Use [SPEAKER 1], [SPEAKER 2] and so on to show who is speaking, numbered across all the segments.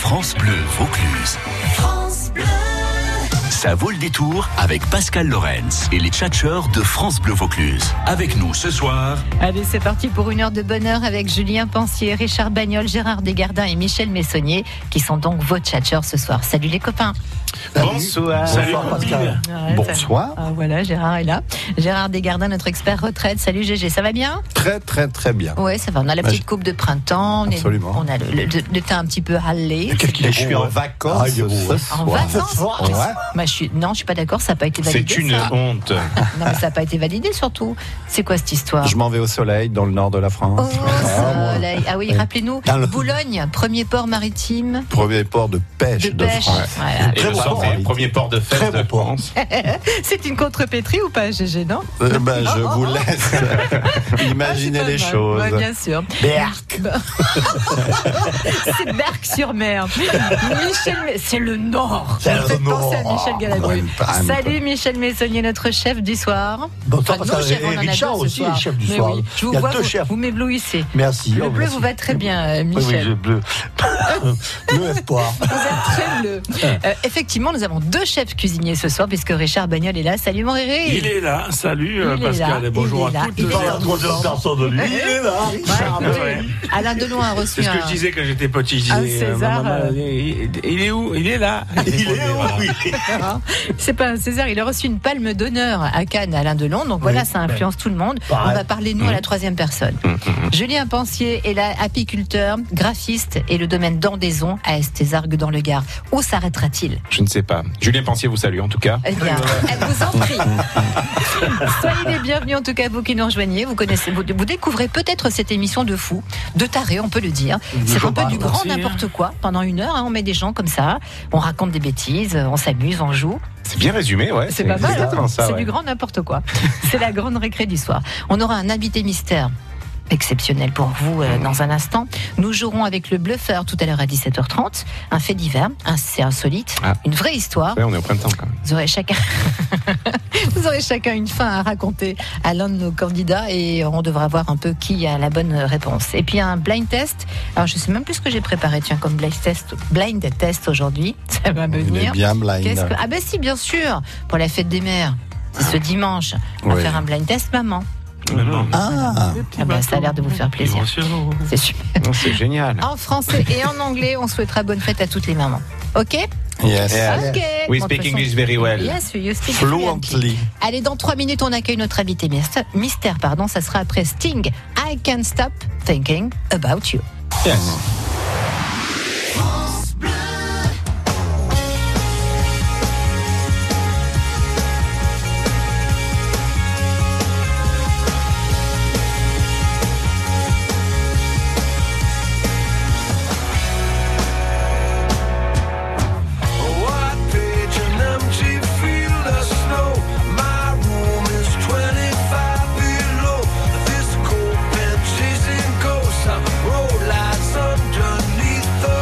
[SPEAKER 1] France Bleu Vaucluse. France Bleu. Ça vaut le détour avec Pascal Lorenz et les tchatcheurs de France Bleu Vaucluse. Avec nous ce soir.
[SPEAKER 2] Allez, c'est parti pour une heure de bonheur avec Julien Pensier, Richard Bagnol, Gérard Desgardins et Michel Messonnier, qui sont donc vos tchatcheurs ce soir. Salut les copains.
[SPEAKER 3] Salut. Bonsoir.
[SPEAKER 4] Salut, Bonsoir, Pascal.
[SPEAKER 2] Ouais,
[SPEAKER 4] Bonsoir.
[SPEAKER 2] ça- Ah, voilà, Gérard est là. Gérard Desgardins, notre expert retraite. Salut GG, ça va bien
[SPEAKER 4] Très, très, très bien.
[SPEAKER 2] Ouais, ça va. On a la
[SPEAKER 4] Bah,
[SPEAKER 2] petite
[SPEAKER 4] je-
[SPEAKER 2] coupe de printemps. On, est-
[SPEAKER 4] Absolument.
[SPEAKER 2] on a le, le- le- le teint un petit peu râlé.
[SPEAKER 4] Quel qu'il est
[SPEAKER 3] Je suis
[SPEAKER 4] beau,
[SPEAKER 3] en
[SPEAKER 4] ouais.
[SPEAKER 3] vacances
[SPEAKER 4] Ah, il est beau,
[SPEAKER 3] ce
[SPEAKER 4] ouais.
[SPEAKER 2] En
[SPEAKER 4] Ouais.
[SPEAKER 2] vacances
[SPEAKER 4] Ouais.
[SPEAKER 2] Bah, je suis... Non, je suis pas d'accord, ça n'a pas été validé.
[SPEAKER 3] C'est une
[SPEAKER 2] ça.
[SPEAKER 3] honte.
[SPEAKER 2] Non, mais ça n'a pas été validé surtout. C'est quoi cette histoire
[SPEAKER 4] Je m'en vais au soleil dans le nord de la
[SPEAKER 2] Oh,
[SPEAKER 4] France.
[SPEAKER 2] soleil. Ah oui,
[SPEAKER 4] Oui.
[SPEAKER 2] rappelez-nous,
[SPEAKER 4] Ah, le-
[SPEAKER 2] Boulogne, premier port maritime
[SPEAKER 4] Premier port de pêche
[SPEAKER 2] de
[SPEAKER 4] de,
[SPEAKER 2] pêche.
[SPEAKER 4] France.
[SPEAKER 2] Voilà.
[SPEAKER 3] Et
[SPEAKER 4] Très
[SPEAKER 3] le
[SPEAKER 4] bon
[SPEAKER 3] soir,
[SPEAKER 4] port,
[SPEAKER 3] c'est le
[SPEAKER 4] David.
[SPEAKER 3] premier port de fête
[SPEAKER 4] Très
[SPEAKER 3] de
[SPEAKER 4] bon port.
[SPEAKER 3] France.
[SPEAKER 2] C'est une contrepétrie ou pas, GG, non
[SPEAKER 4] Euh, ben, je vous laisse imaginer
[SPEAKER 2] Ah, c'est
[SPEAKER 4] les
[SPEAKER 2] pas mal.
[SPEAKER 4] choses.
[SPEAKER 2] Ouais, bien sûr.
[SPEAKER 4] Berck.
[SPEAKER 2] C'est Berck-sur-Mer. Michel, Me- c'est le Nord.
[SPEAKER 4] C'est le
[SPEAKER 2] Vous faites
[SPEAKER 4] Nord.
[SPEAKER 2] penser à
[SPEAKER 5] Ah,
[SPEAKER 2] Michel Galabru.
[SPEAKER 4] Ouais, pas un peu.
[SPEAKER 2] Salut Michel Messonnier, notre chef du soir.
[SPEAKER 5] Bonsoir,
[SPEAKER 2] Enfin,
[SPEAKER 5] parce
[SPEAKER 2] nous,
[SPEAKER 5] que-
[SPEAKER 2] chef, on en a
[SPEAKER 5] et Richard
[SPEAKER 2] deux ce
[SPEAKER 5] aussi
[SPEAKER 2] soir.
[SPEAKER 5] est chef du
[SPEAKER 2] Bah, Mais
[SPEAKER 5] soir.
[SPEAKER 2] oui, je vous
[SPEAKER 5] Il y a
[SPEAKER 2] vois,
[SPEAKER 5] deux
[SPEAKER 2] vous,
[SPEAKER 5] chefs.
[SPEAKER 2] vous m'éblouissez.
[SPEAKER 5] Merci.
[SPEAKER 2] Le
[SPEAKER 5] oh,
[SPEAKER 2] bleu
[SPEAKER 5] merci.
[SPEAKER 2] vous va très bien, euh,
[SPEAKER 5] Oui, oui,
[SPEAKER 2] Michel.
[SPEAKER 5] le bleu. le espoir.
[SPEAKER 2] Vous êtes très bleu. Euh, effectivement, nous avons deux chefs cuisiniers ce soir, puisque Richard Bagnol est là. Salut mon Réré.
[SPEAKER 6] Il est là, salut euh,
[SPEAKER 2] Il est là,
[SPEAKER 6] Pascal et bonjour
[SPEAKER 2] il est
[SPEAKER 6] à
[SPEAKER 2] là,
[SPEAKER 6] toutes.
[SPEAKER 2] il est
[SPEAKER 5] Il
[SPEAKER 2] là.
[SPEAKER 5] parle à trois autres personnes de lui. Il est là, Richard.
[SPEAKER 2] Ouais, oui. Alain Delon a reçu
[SPEAKER 6] Eh, C'est ce que
[SPEAKER 2] un-
[SPEAKER 6] je disais quand j'étais petit. Je disais,
[SPEAKER 2] Un César,
[SPEAKER 6] euh, maman,
[SPEAKER 2] euh,
[SPEAKER 6] il, il est où Il est là.
[SPEAKER 5] Il est où
[SPEAKER 6] Voilà.
[SPEAKER 5] Il est-
[SPEAKER 2] Hein C'est pas un César, il a reçu une palme d'honneur à Cannes, Alain Delon. Donc voilà, ça influence tout le monde.
[SPEAKER 5] Pareil.
[SPEAKER 2] On va parler nous à la troisième personne. Julien Pensier est là, apiculteur, graphiste et le domaine d'Andaison à Estézargues dans le Gard. Où s'arrêtera-t-il
[SPEAKER 3] Je ne sais pas. Julien Pensier vous salue en tout cas.
[SPEAKER 2] Eh bien, elle vous en prie. Soyez les bienvenus, en tout cas, vous qui nous rejoignez. Vous connaissez, vous, vous découvrez peut-être cette émission de fou, de taré, on peut le dire.
[SPEAKER 3] Mm-hmm.
[SPEAKER 2] C'est un peu du grand
[SPEAKER 6] aussi, hein.
[SPEAKER 2] n'importe quoi. Pendant une heure, hein, on met des gens comme ça, on raconte des bêtises, on s'amuse, on joue.
[SPEAKER 3] C'est bien résumé, ouais.
[SPEAKER 2] C'est pas mal,
[SPEAKER 3] exactement
[SPEAKER 2] hein.
[SPEAKER 3] ça.
[SPEAKER 2] c'est
[SPEAKER 3] ouais.
[SPEAKER 2] du grand n'importe quoi. c'est la grande récré du soir. On aura un invité mystère exceptionnel pour vous euh, dans un instant. Nous jouerons avec le bluffeur tout à l'heure à 17h30. Un fait divers, un- c'est insolite,
[SPEAKER 3] Ah.
[SPEAKER 2] une vraie histoire.
[SPEAKER 3] Ouais, on est au printemps quand même.
[SPEAKER 2] Vous aurez chacun, vous aurez chacun une fin à raconter à l'un de nos candidats et on devra voir un peu qui a la bonne réponse. Et puis un blind test. Alors je sais même plus ce que j'ai préparé. Tiens, comme blind test, blind test aujourd'hui, ça va me
[SPEAKER 4] Il est
[SPEAKER 2] venir.
[SPEAKER 4] bien
[SPEAKER 2] Qu'est-ce
[SPEAKER 4] blind.
[SPEAKER 2] que- Ah ben si, bien sûr, pour la fête des mères. C'est ce dimanche. On va
[SPEAKER 4] Oui.
[SPEAKER 2] faire un blind test, maman.
[SPEAKER 6] Maman.
[SPEAKER 4] Ah,
[SPEAKER 2] Ah ben, ça a l'air de vous faire plaisir. C'est super. Ah.
[SPEAKER 3] Non, C'est génial.
[SPEAKER 2] En français et en anglais, on souhaitera bonne fête à toutes les mamans. Ok
[SPEAKER 4] yes.
[SPEAKER 3] Yeah.
[SPEAKER 2] Ok.
[SPEAKER 3] We
[SPEAKER 2] Bon, de
[SPEAKER 3] speak
[SPEAKER 2] toute façon-
[SPEAKER 3] English very well.
[SPEAKER 2] Yes, you speak fluently.
[SPEAKER 4] Fluently.
[SPEAKER 2] Allez, dans trois minutes, on accueille notre invité mystère- mystère. Pardon, ça sera après Sting. I can't stop thinking about you.
[SPEAKER 3] Yes.
[SPEAKER 7] Chasing ghosts, I road lights on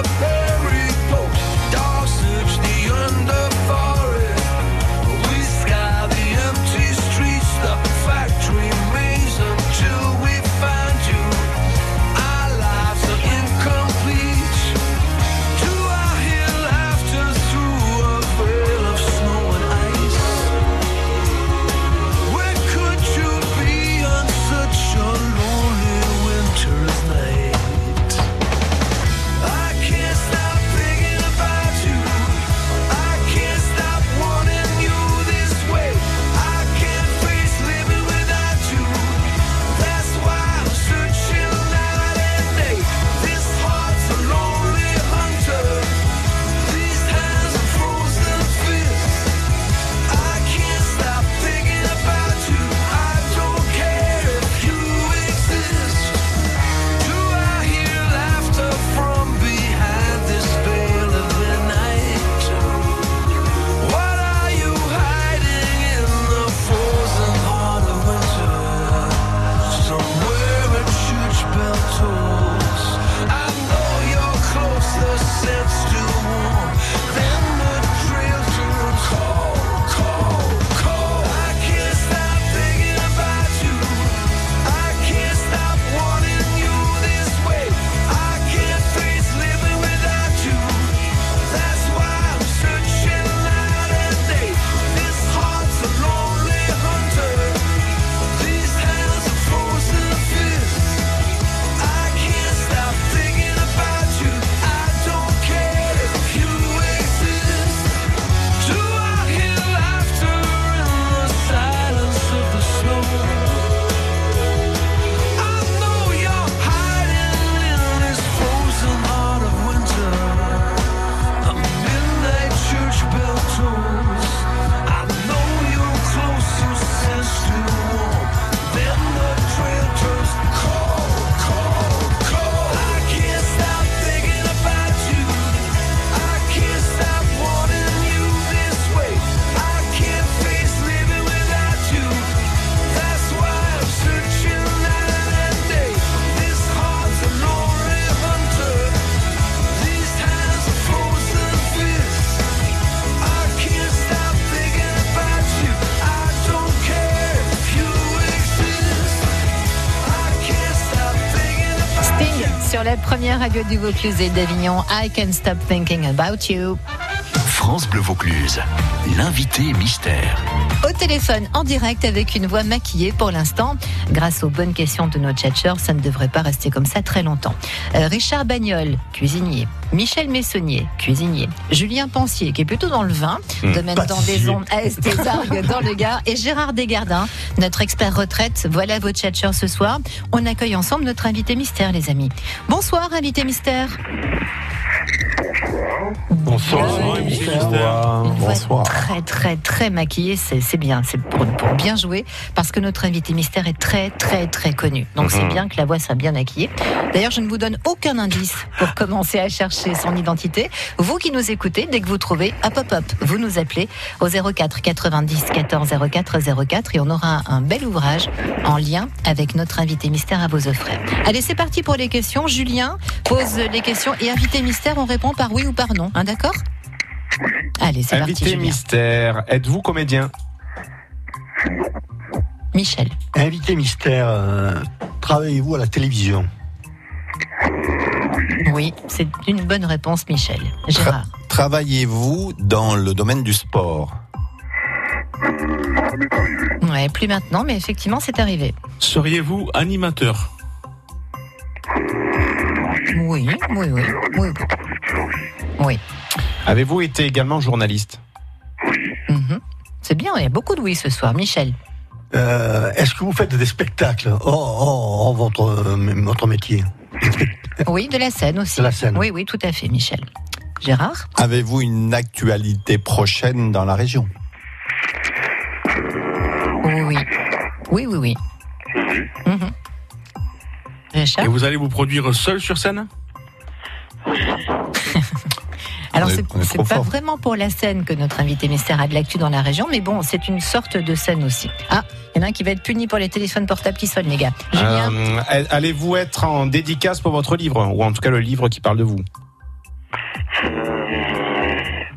[SPEAKER 2] sur la première radio du Vaucluse et d'Avignon. I can stop thinking about you.
[SPEAKER 1] France Bleu Vaucluse, l'invité mystère.
[SPEAKER 2] Au téléphone, en direct, avec une voix maquillée pour l'instant. Grâce aux bonnes questions de nos tchatcheurs, ça ne devrait pas rester comme ça très longtemps. Euh, Richard Bagnol, cuisinier. Michel Messonnier, cuisinier. Julien Pensier, qui est plutôt dans le vin, domaine dans des ondes Eh, Est des Argues, dans le Gard. Et Gérard Desgardins, notre expert retraite. Voilà vos tchatcheurs ce soir. On accueille ensemble notre invité mystère, les amis. Bonsoir, invité mystère.
[SPEAKER 6] Bonsoir,
[SPEAKER 5] Bonsoir.
[SPEAKER 6] Michel Mystère.
[SPEAKER 2] Une voix
[SPEAKER 4] Bonsoir.
[SPEAKER 2] Très, très, très maquillée, c'est c'est bien, c'est pour, pour bien jouer, parce que notre invité mystère est très, très, très connu. Donc c'est
[SPEAKER 3] Mhm.
[SPEAKER 2] bien que la voix soit bien maquillée. D'ailleurs, je ne vous donne aucun indice pour commencer à chercher son identité. Vous qui nous écoutez, dès que vous trouvez, hop, hop, hop, vous nous appelez au 04 90 14 04 04 et on aura un bel ouvrage en lien avec notre invité mystère à vos offres. Allez, c'est parti pour les questions. Julien pose les questions et invité mystère, on répond par oui ou par non. Hein, D'accord Allez, c'est parti.
[SPEAKER 3] Invité
[SPEAKER 2] Julien.
[SPEAKER 3] mystère, êtes-vous comédien
[SPEAKER 2] Michel.
[SPEAKER 5] Invité mystère, euh, travaillez-vous à la télévision
[SPEAKER 2] Oui, c'est une bonne réponse, Michel. Gérard.
[SPEAKER 4] Travaillez-vous dans le domaine du sport
[SPEAKER 2] Ouais, plus maintenant, mais effectivement, c'est arrivé.
[SPEAKER 6] Seriez-vous animateur
[SPEAKER 2] Oui, oui, oui. Oui. oui.
[SPEAKER 3] Avez-vous été également journaliste
[SPEAKER 2] Mhm. C'est bien, il y a beaucoup de oui ce soir. Michel.
[SPEAKER 5] Euh, Est-ce que vous faites des spectacles hors, hors- hors votre, euh, votre métier
[SPEAKER 2] Oui, de la scène aussi.
[SPEAKER 5] De la scène.
[SPEAKER 2] Oui, oui, tout à fait, Michel. Gérard
[SPEAKER 4] Avez-vous une actualité prochaine dans la région
[SPEAKER 2] Oui, oui. Oui, oui, oui. Mhm. Richard
[SPEAKER 6] Et vous allez vous produire seul sur scène
[SPEAKER 2] Alors,
[SPEAKER 4] On est-
[SPEAKER 2] c'est
[SPEAKER 4] on est
[SPEAKER 2] c'est
[SPEAKER 4] trop
[SPEAKER 2] pas
[SPEAKER 4] fort.
[SPEAKER 2] vraiment pour la scène que notre invité mystère a de l'actu dans la région, mais bon, c'est une sorte de scène aussi. Ah, il y en a un qui va être puni pour les téléphones portables qui sonnent, les gars. Julien
[SPEAKER 3] Euh, Allez-vous être en dédicace pour votre livre Ou en tout cas le livre qui parle de vous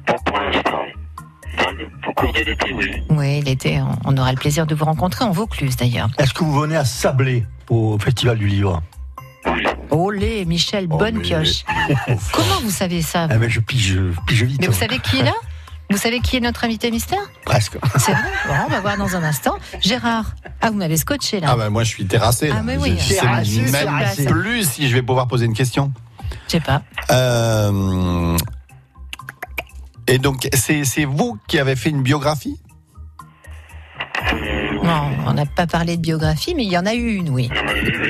[SPEAKER 7] Pas pour l'instant. Dans le- Au cours de l'été, oui.
[SPEAKER 2] Oui, l'été, on- on aura le plaisir de vous rencontrer en Vaucluse d'ailleurs.
[SPEAKER 4] Ah,
[SPEAKER 5] Est-ce que vous venez à Sablé au Festival du Livre
[SPEAKER 2] Olé, Michel,
[SPEAKER 4] Oh,
[SPEAKER 2] bonne
[SPEAKER 4] mais-
[SPEAKER 2] pioche. Comment vous savez ça
[SPEAKER 5] Eh ben, je pige, je pige vite.
[SPEAKER 2] Mais vous savez qui est là Vous savez qui est notre invité mystère
[SPEAKER 5] Presque.
[SPEAKER 2] C'est vrai Bon, On va voir dans un instant. Gérard, ah, vous m'avez scotché là.
[SPEAKER 4] Ah ben moi je suis terrassé. là.
[SPEAKER 2] Ah, mais oui.
[SPEAKER 4] Je- je sais
[SPEAKER 5] Terrassé,
[SPEAKER 4] même
[SPEAKER 2] terrassé.
[SPEAKER 4] plus si je vais pouvoir poser une question.
[SPEAKER 2] Je sais pas.
[SPEAKER 4] Euh, Et donc c'est c'est vous qui avez fait une biographie
[SPEAKER 2] Non, on n'a pas parlé de biographie, mais il y en a eu une, oui.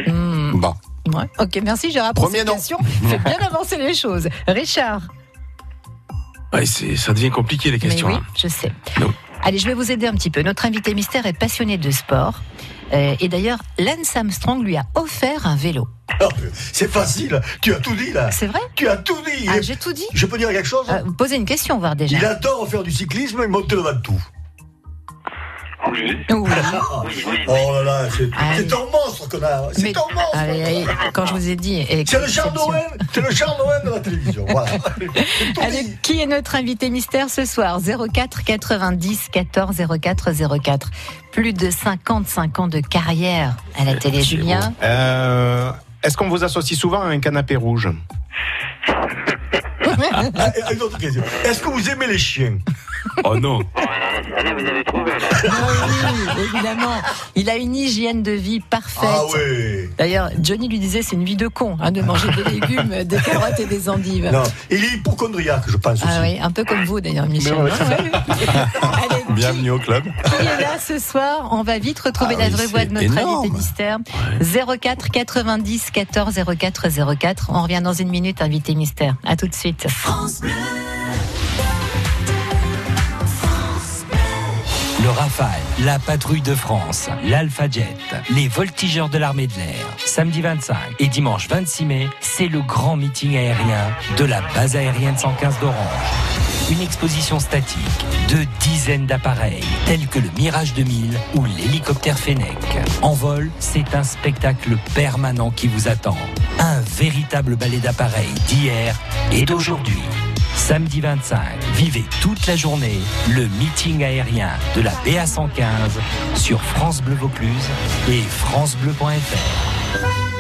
[SPEAKER 2] Hmm,
[SPEAKER 4] Bon.
[SPEAKER 5] Bah.
[SPEAKER 2] ouais. Ok, merci Gérard pour
[SPEAKER 4] Premier
[SPEAKER 2] cette
[SPEAKER 4] nom.
[SPEAKER 2] question. Fait bien avancer les choses. Richard,
[SPEAKER 6] Ouais, c'est- ça devient compliqué les questions.
[SPEAKER 2] Mais oui,
[SPEAKER 6] hein.
[SPEAKER 2] je sais.
[SPEAKER 6] Non.
[SPEAKER 2] Allez, je vais vous aider un petit peu. Notre invité mystère est passionné de sport. Euh, et d'ailleurs, Lance Armstrong lui a offert un vélo.
[SPEAKER 5] C'est facile. Tu as tout dit là.
[SPEAKER 2] C'est vrai
[SPEAKER 5] Tu as tout dit.
[SPEAKER 2] ah, J'ai tout dit
[SPEAKER 5] Je peux dire quelque chose
[SPEAKER 2] Euh, Posez une question, voir déjà.
[SPEAKER 5] Il adore faire du cyclisme, il monte devant tout.
[SPEAKER 7] Oui.
[SPEAKER 2] Oui.
[SPEAKER 5] Oh là là, c'est
[SPEAKER 2] Ah
[SPEAKER 5] c'est
[SPEAKER 2] oui.
[SPEAKER 5] ton monstre qu'on a.
[SPEAKER 2] Mais-
[SPEAKER 5] C'est ton monstre.
[SPEAKER 2] Allez, allez, quand je vous ai dit. et-
[SPEAKER 5] C'est le Charles Noël, c'est le Charles Noël de la télévision. Voilà.
[SPEAKER 2] Allez, qui est notre invité mystère ce soir 04 90 14 04 04. Plus de 55 ans de carrière à la télé,
[SPEAKER 6] C'est
[SPEAKER 2] Julien.
[SPEAKER 3] Euh, Est-ce qu'on vous associe souvent à un canapé rouge
[SPEAKER 5] Ah, et une autre question. Est-ce que vous aimez les chiens
[SPEAKER 6] Oh non
[SPEAKER 7] Allez, vous avez trouvé, là.
[SPEAKER 2] Ah Oui, évidemment. Il a une hygiène de vie parfaite.
[SPEAKER 5] Ah oui.
[SPEAKER 2] D'ailleurs, Johnny lui disait c'est une vie de con hein, de manger des légumes, euh, des carottes et des endives.
[SPEAKER 5] Non, il est hypochondriaque, je pense aussi.
[SPEAKER 2] Ah oui, un peu comme vous d'ailleurs, Michel.
[SPEAKER 3] Mais ouais,
[SPEAKER 2] Ouais, ouais. Allez, qui-
[SPEAKER 4] Bienvenue au club.
[SPEAKER 2] qui est là ce soir On va vite retrouver
[SPEAKER 4] Ah
[SPEAKER 2] la
[SPEAKER 4] oui,
[SPEAKER 2] vraie voix
[SPEAKER 4] c'est
[SPEAKER 2] de notre
[SPEAKER 4] énorme.
[SPEAKER 2] invité mystère. 04 90 14 04 04. On revient dans une minute, invité mystère. À tout de suite.
[SPEAKER 8] Le Rafale, la patrouille de France, l'Alpha Jet, les voltigeurs de l'armée de l'air. Samedi 25 et dimanche 26 mai, c'est le grand meeting aérien de la base aérienne 115 d'Orange. Une exposition statique de dizaines d'appareils tels que le Mirage 2000 ou l'hélicoptère Fennec. En vol, c'est un spectacle permanent qui vous attend. Un véritable ballet d'appareils d'hier et d'aujourd'hui. Samedi 25, vivez toute la journée le meeting aérien de la BA115 sur France Bleu Vaucluse et francebleu.fr.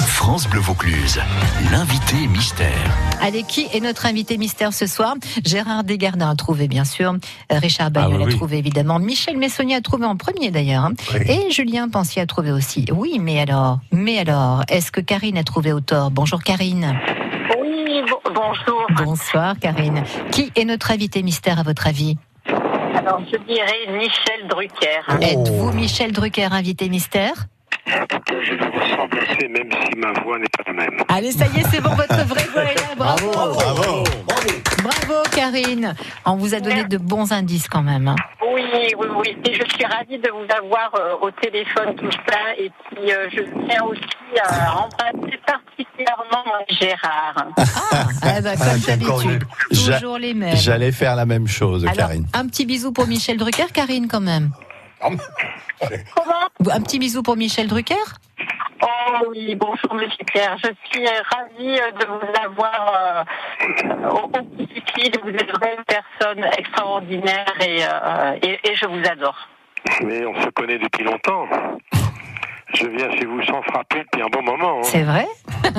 [SPEAKER 1] France Bleu Vaucluse, l'invité mystère.
[SPEAKER 2] Allez, qui est notre invité mystère ce soir Gérard Desgardins a trouvé, bien sûr. Euh, Richard
[SPEAKER 4] Ah
[SPEAKER 2] Bayol
[SPEAKER 6] oui,
[SPEAKER 2] a
[SPEAKER 6] oui.
[SPEAKER 2] trouvé, évidemment. Michel Messonnier a trouvé en premier, d'ailleurs. hein.
[SPEAKER 5] Oui.
[SPEAKER 2] Et Julien Pensier a trouvé aussi. Oui, mais alors Mais alors Est-ce que Karine a trouvé au tort Bonjour, Karine.
[SPEAKER 9] Oui, bon- bonjour.
[SPEAKER 2] Bonsoir, Karine. Qui est notre invité mystère, à votre avis
[SPEAKER 9] Alors, je dirais Michel Drucker.
[SPEAKER 2] Ah Êtes-vous Michel Drucker, invité mystère
[SPEAKER 7] Écoutez, je vais vous remplacer, même si ma voix n'est pas la même.
[SPEAKER 2] Allez, ça y est, c'est bon, votre vraie voix est là. Bravo.
[SPEAKER 4] Bravo.
[SPEAKER 2] Bravo, Karine. On vous a donné de bons indices, quand même. hein.
[SPEAKER 9] Oui, oui, oui. Et je suis ravie de vous avoir euh, au téléphone, tout ça. Et puis, euh, je tiens aussi à embrasser particulièrement euh, Gérard.
[SPEAKER 2] Ah, ah bah,
[SPEAKER 5] Ah,
[SPEAKER 2] comme
[SPEAKER 5] qui a encore
[SPEAKER 2] d'habitude.
[SPEAKER 4] J'a-
[SPEAKER 2] Toujours les mêmes.
[SPEAKER 4] J'allais faire la même chose,
[SPEAKER 2] Alors,
[SPEAKER 4] Karine.
[SPEAKER 2] un petit bisou pour Michel Drucker, Karine, quand même.
[SPEAKER 9] Comment
[SPEAKER 2] Un petit bisou pour Michel Drucker
[SPEAKER 9] Oh oui, bonjour, monsieur Claire. Je suis euh, ravie euh, de vous avoir euh, au au petit fil. Vous êtes vraiment une personne extraordinaire et, euh, et- et je vous adore.
[SPEAKER 7] Mais on se connaît depuis longtemps. Je viens chez vous sans frapper depuis un bon moment. hein.
[SPEAKER 2] C'est vrai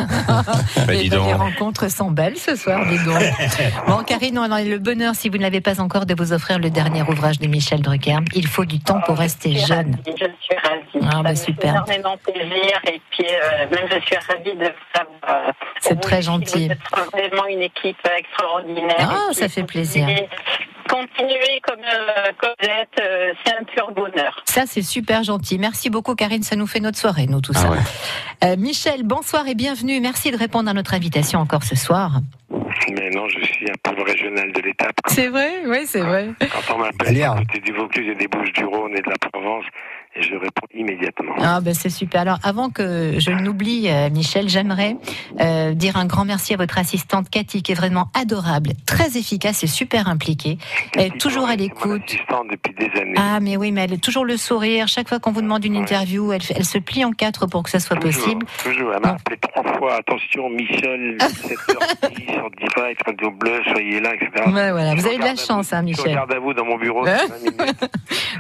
[SPEAKER 3] Bah,
[SPEAKER 2] Eh
[SPEAKER 3] dis
[SPEAKER 2] ben, Les
[SPEAKER 3] donc.
[SPEAKER 2] rencontres sont belles ce soir, dis donc. Bon, Karine, on a le bonheur, si vous ne l'avez pas encore, de vous offrir le dernier ouvrage de Michel Drucker. Il faut du temps pour rester
[SPEAKER 9] Je suis
[SPEAKER 2] jeune.
[SPEAKER 9] ravie, Je suis ravie.
[SPEAKER 2] Ah,
[SPEAKER 9] Ça
[SPEAKER 2] bah,
[SPEAKER 9] me
[SPEAKER 2] super.
[SPEAKER 9] fait énormément plaisir et puis euh, même je suis ravie de savoir. euh,
[SPEAKER 2] C'est
[SPEAKER 9] vous
[SPEAKER 2] très
[SPEAKER 9] aussi,
[SPEAKER 2] gentil.
[SPEAKER 9] Vous êtes vraiment une équipe extraordinaire.
[SPEAKER 2] Ah,
[SPEAKER 9] Et puis,
[SPEAKER 2] ça fait plaisir.
[SPEAKER 9] continuez- Continuez comme, euh, comme vous êtes, euh, c'est un pur bonheur.
[SPEAKER 2] Ça, c'est super gentil. Merci beaucoup, Karine. Ça nous fait notre soirée, nous, tout ça. Euh, Michel, bonsoir et bienvenue. Merci de répondre à notre invitation encore ce soir.
[SPEAKER 7] Mais non, je suis un pôle régional de l'étape.
[SPEAKER 2] C'est vrai, oui, c'est vrai.
[SPEAKER 7] Quand on m'appelle
[SPEAKER 5] Galère.
[SPEAKER 7] du côté du Vaucluse et des Bouches-du-Rhône et de la Provence, et je réponds immédiatement.
[SPEAKER 2] Ah ben c'est super. Alors avant que je n'oublie euh, Michel, j'aimerais euh, dire un grand merci à votre assistante Cathy qui est vraiment adorable, très efficace et super impliquée. Elle est toujours à
[SPEAKER 7] C'est mon
[SPEAKER 2] l'écoute.
[SPEAKER 7] assistante depuis des années.
[SPEAKER 2] Ah mais oui, mais elle est toujours le sourire. Chaque fois qu'on vous demande une
[SPEAKER 7] Ouais.
[SPEAKER 2] interview, elle, fait- elle se plie en quatre pour que ça soit
[SPEAKER 7] Toujours,
[SPEAKER 2] possible.
[SPEAKER 7] Toujours. Elle m'a appelé trois fois. Attention, Michel, 17h10, en direct, radio bleue, soyez là, etc.
[SPEAKER 2] Ouais, voilà.
[SPEAKER 7] Ah.
[SPEAKER 2] Vous
[SPEAKER 7] Je
[SPEAKER 2] avez de la
[SPEAKER 7] regarde à
[SPEAKER 2] chance,
[SPEAKER 7] vous-
[SPEAKER 2] hein,
[SPEAKER 7] Je
[SPEAKER 2] Michel.
[SPEAKER 7] regarde à vous dans mon bureau.
[SPEAKER 2] Hein
[SPEAKER 7] c'est vingt minutes.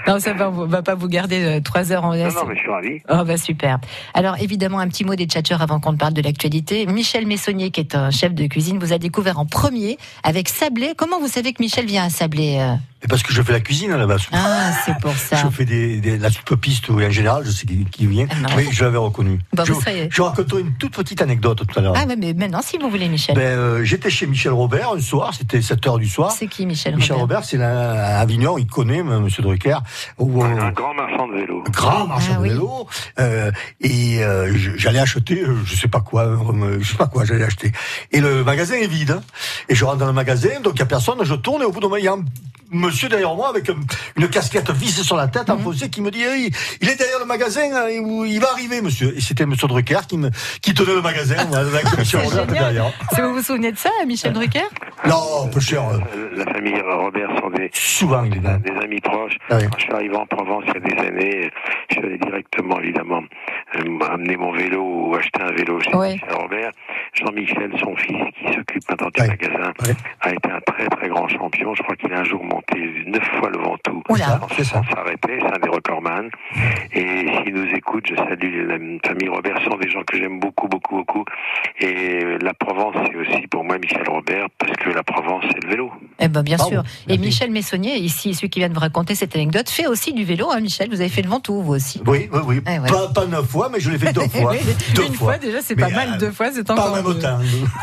[SPEAKER 2] Non, ça va, on va pas vous garder euh, trois heures en
[SPEAKER 7] non,
[SPEAKER 2] laisse.
[SPEAKER 7] non, mais je suis ravi.
[SPEAKER 2] Oh bah super. Alors évidemment un petit mot des tchatcheurs avant qu'on ne parle de l'actualité. Michel Messonnier qui est un chef de cuisine vous a découvert en premier avec Sablé. Comment vous savez que Michel vient à Sablé euh
[SPEAKER 5] Et parce que je fais la cuisine à la base.
[SPEAKER 2] Ah c'est pour
[SPEAKER 5] Je
[SPEAKER 2] ça.
[SPEAKER 5] fais des, des- la soupe piste ou en général, je sais qui, qui vient,
[SPEAKER 2] Ah, non.
[SPEAKER 5] mais je l'avais reconnu.
[SPEAKER 2] Bah,
[SPEAKER 5] je,
[SPEAKER 2] vous seriez-
[SPEAKER 5] je raconte une toute petite anecdote tout à l'heure.
[SPEAKER 2] Ah ouais, mais maintenant si vous voulez Michel.
[SPEAKER 5] Ben, euh, J'étais chez Michel Robert un soir, c'était 7h du soir.
[SPEAKER 2] c'est qui Michel,
[SPEAKER 5] Michel
[SPEAKER 2] Robert
[SPEAKER 5] Robert, c'est la- à Avignon, il connaît M. Drucker, où on,
[SPEAKER 7] Un grand marchand de vélo.
[SPEAKER 5] grand marchand
[SPEAKER 2] Ah oui.
[SPEAKER 5] de vélo euh, et euh, je- j'allais acheter euh, je sais pas quoi euh, je sais pas quoi j'allais acheter et le magasin est vide hein. et je rentre dans le magasin donc il y a personne je tourne et au bout d'un moment il y a un monsieur derrière moi avec un- une casquette vissée sur la tête
[SPEAKER 2] Mhm.
[SPEAKER 5] enfoncée qui me dit Hey, il est derrière le magasin hein, et où il va arriver monsieur et c'était monsieur Drucker qui me qui tenait le magasin voilà, avec monsieur
[SPEAKER 2] C'est
[SPEAKER 5] Robert
[SPEAKER 2] génial.
[SPEAKER 5] derrière
[SPEAKER 2] Si vous vous souvenez de ça, Michel Drucker
[SPEAKER 5] non peu cher euh,
[SPEAKER 7] La famille Robert sont des,
[SPEAKER 5] souvent il est là
[SPEAKER 7] des amis proches.
[SPEAKER 5] Ah oui.
[SPEAKER 7] Quand je suis arrivé en Provence il y a des années, je suis allé directement, évidemment, euh, amener mon vélo ou acheter un vélo chez
[SPEAKER 2] Ouais.
[SPEAKER 7] Michel Robert. Jean-Michel, son fils, qui s'occupe maintenant du
[SPEAKER 5] Ouais.
[SPEAKER 7] magasin,
[SPEAKER 5] Ouais.
[SPEAKER 7] a été un très très grand champion. Je crois qu'il a un jour monté neuf fois le Ventoux.
[SPEAKER 2] Oula.
[SPEAKER 5] C'est ça.
[SPEAKER 7] Sans s'arrêter, c'est un des recordman. Et s'il nous écoute, je salue la famille Robert. Ce sont des gens que j'aime beaucoup, beaucoup, beaucoup. Et euh, la Provence, c'est aussi pour moi Michel Robert, parce que la Provence, c'est le vélo.
[SPEAKER 2] Eh ben bien
[SPEAKER 5] Ah
[SPEAKER 2] sûr.
[SPEAKER 5] bon,
[SPEAKER 2] Et
[SPEAKER 5] merci.
[SPEAKER 2] Michel Messonnier ici, celui qui vient de vous raconter cette anecdote, fait aussi du vélo. Hein, Michel, vous avez fait le Ventoux vous aussi.
[SPEAKER 5] oui oui oui
[SPEAKER 2] Eh ouais.
[SPEAKER 5] pas, pas neuf fois mais je l'ai fait deux fois deux
[SPEAKER 2] Une
[SPEAKER 5] fois,
[SPEAKER 2] fois déjà, c'est
[SPEAKER 5] Mais,
[SPEAKER 2] pas mal.
[SPEAKER 5] euh,
[SPEAKER 2] Deux fois, c'est
[SPEAKER 5] pas
[SPEAKER 2] encore
[SPEAKER 5] en même
[SPEAKER 2] mieux.
[SPEAKER 5] temps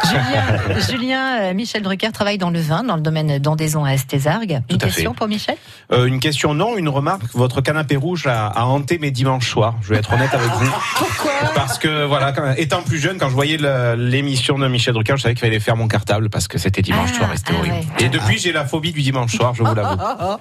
[SPEAKER 2] Julien, Julien, euh, Michel Drucker travaille dans le vin, dans le domaine d'Andaison à Estézargues. Une
[SPEAKER 3] Tout à
[SPEAKER 2] question
[SPEAKER 3] fait.
[SPEAKER 2] pour Michel
[SPEAKER 3] Euh, une question, non, une remarque. Votre canapé rouge a, a hanté mes dimanches soirs. Je vais être honnête avec vous.
[SPEAKER 2] Pourquoi
[SPEAKER 3] Parce que, voilà, quand- étant plus jeune, quand je voyais le- l'émission de Michel Drucker, je savais qu'il fallait faire mon cartable parce que c'était dimanche
[SPEAKER 2] Ah,
[SPEAKER 3] soir et c'était
[SPEAKER 2] ah
[SPEAKER 3] horrible.
[SPEAKER 2] ouais.
[SPEAKER 3] Et depuis, j'ai la phobie du dimanche soir, je vous l'avoue.
[SPEAKER 2] Oh, oh,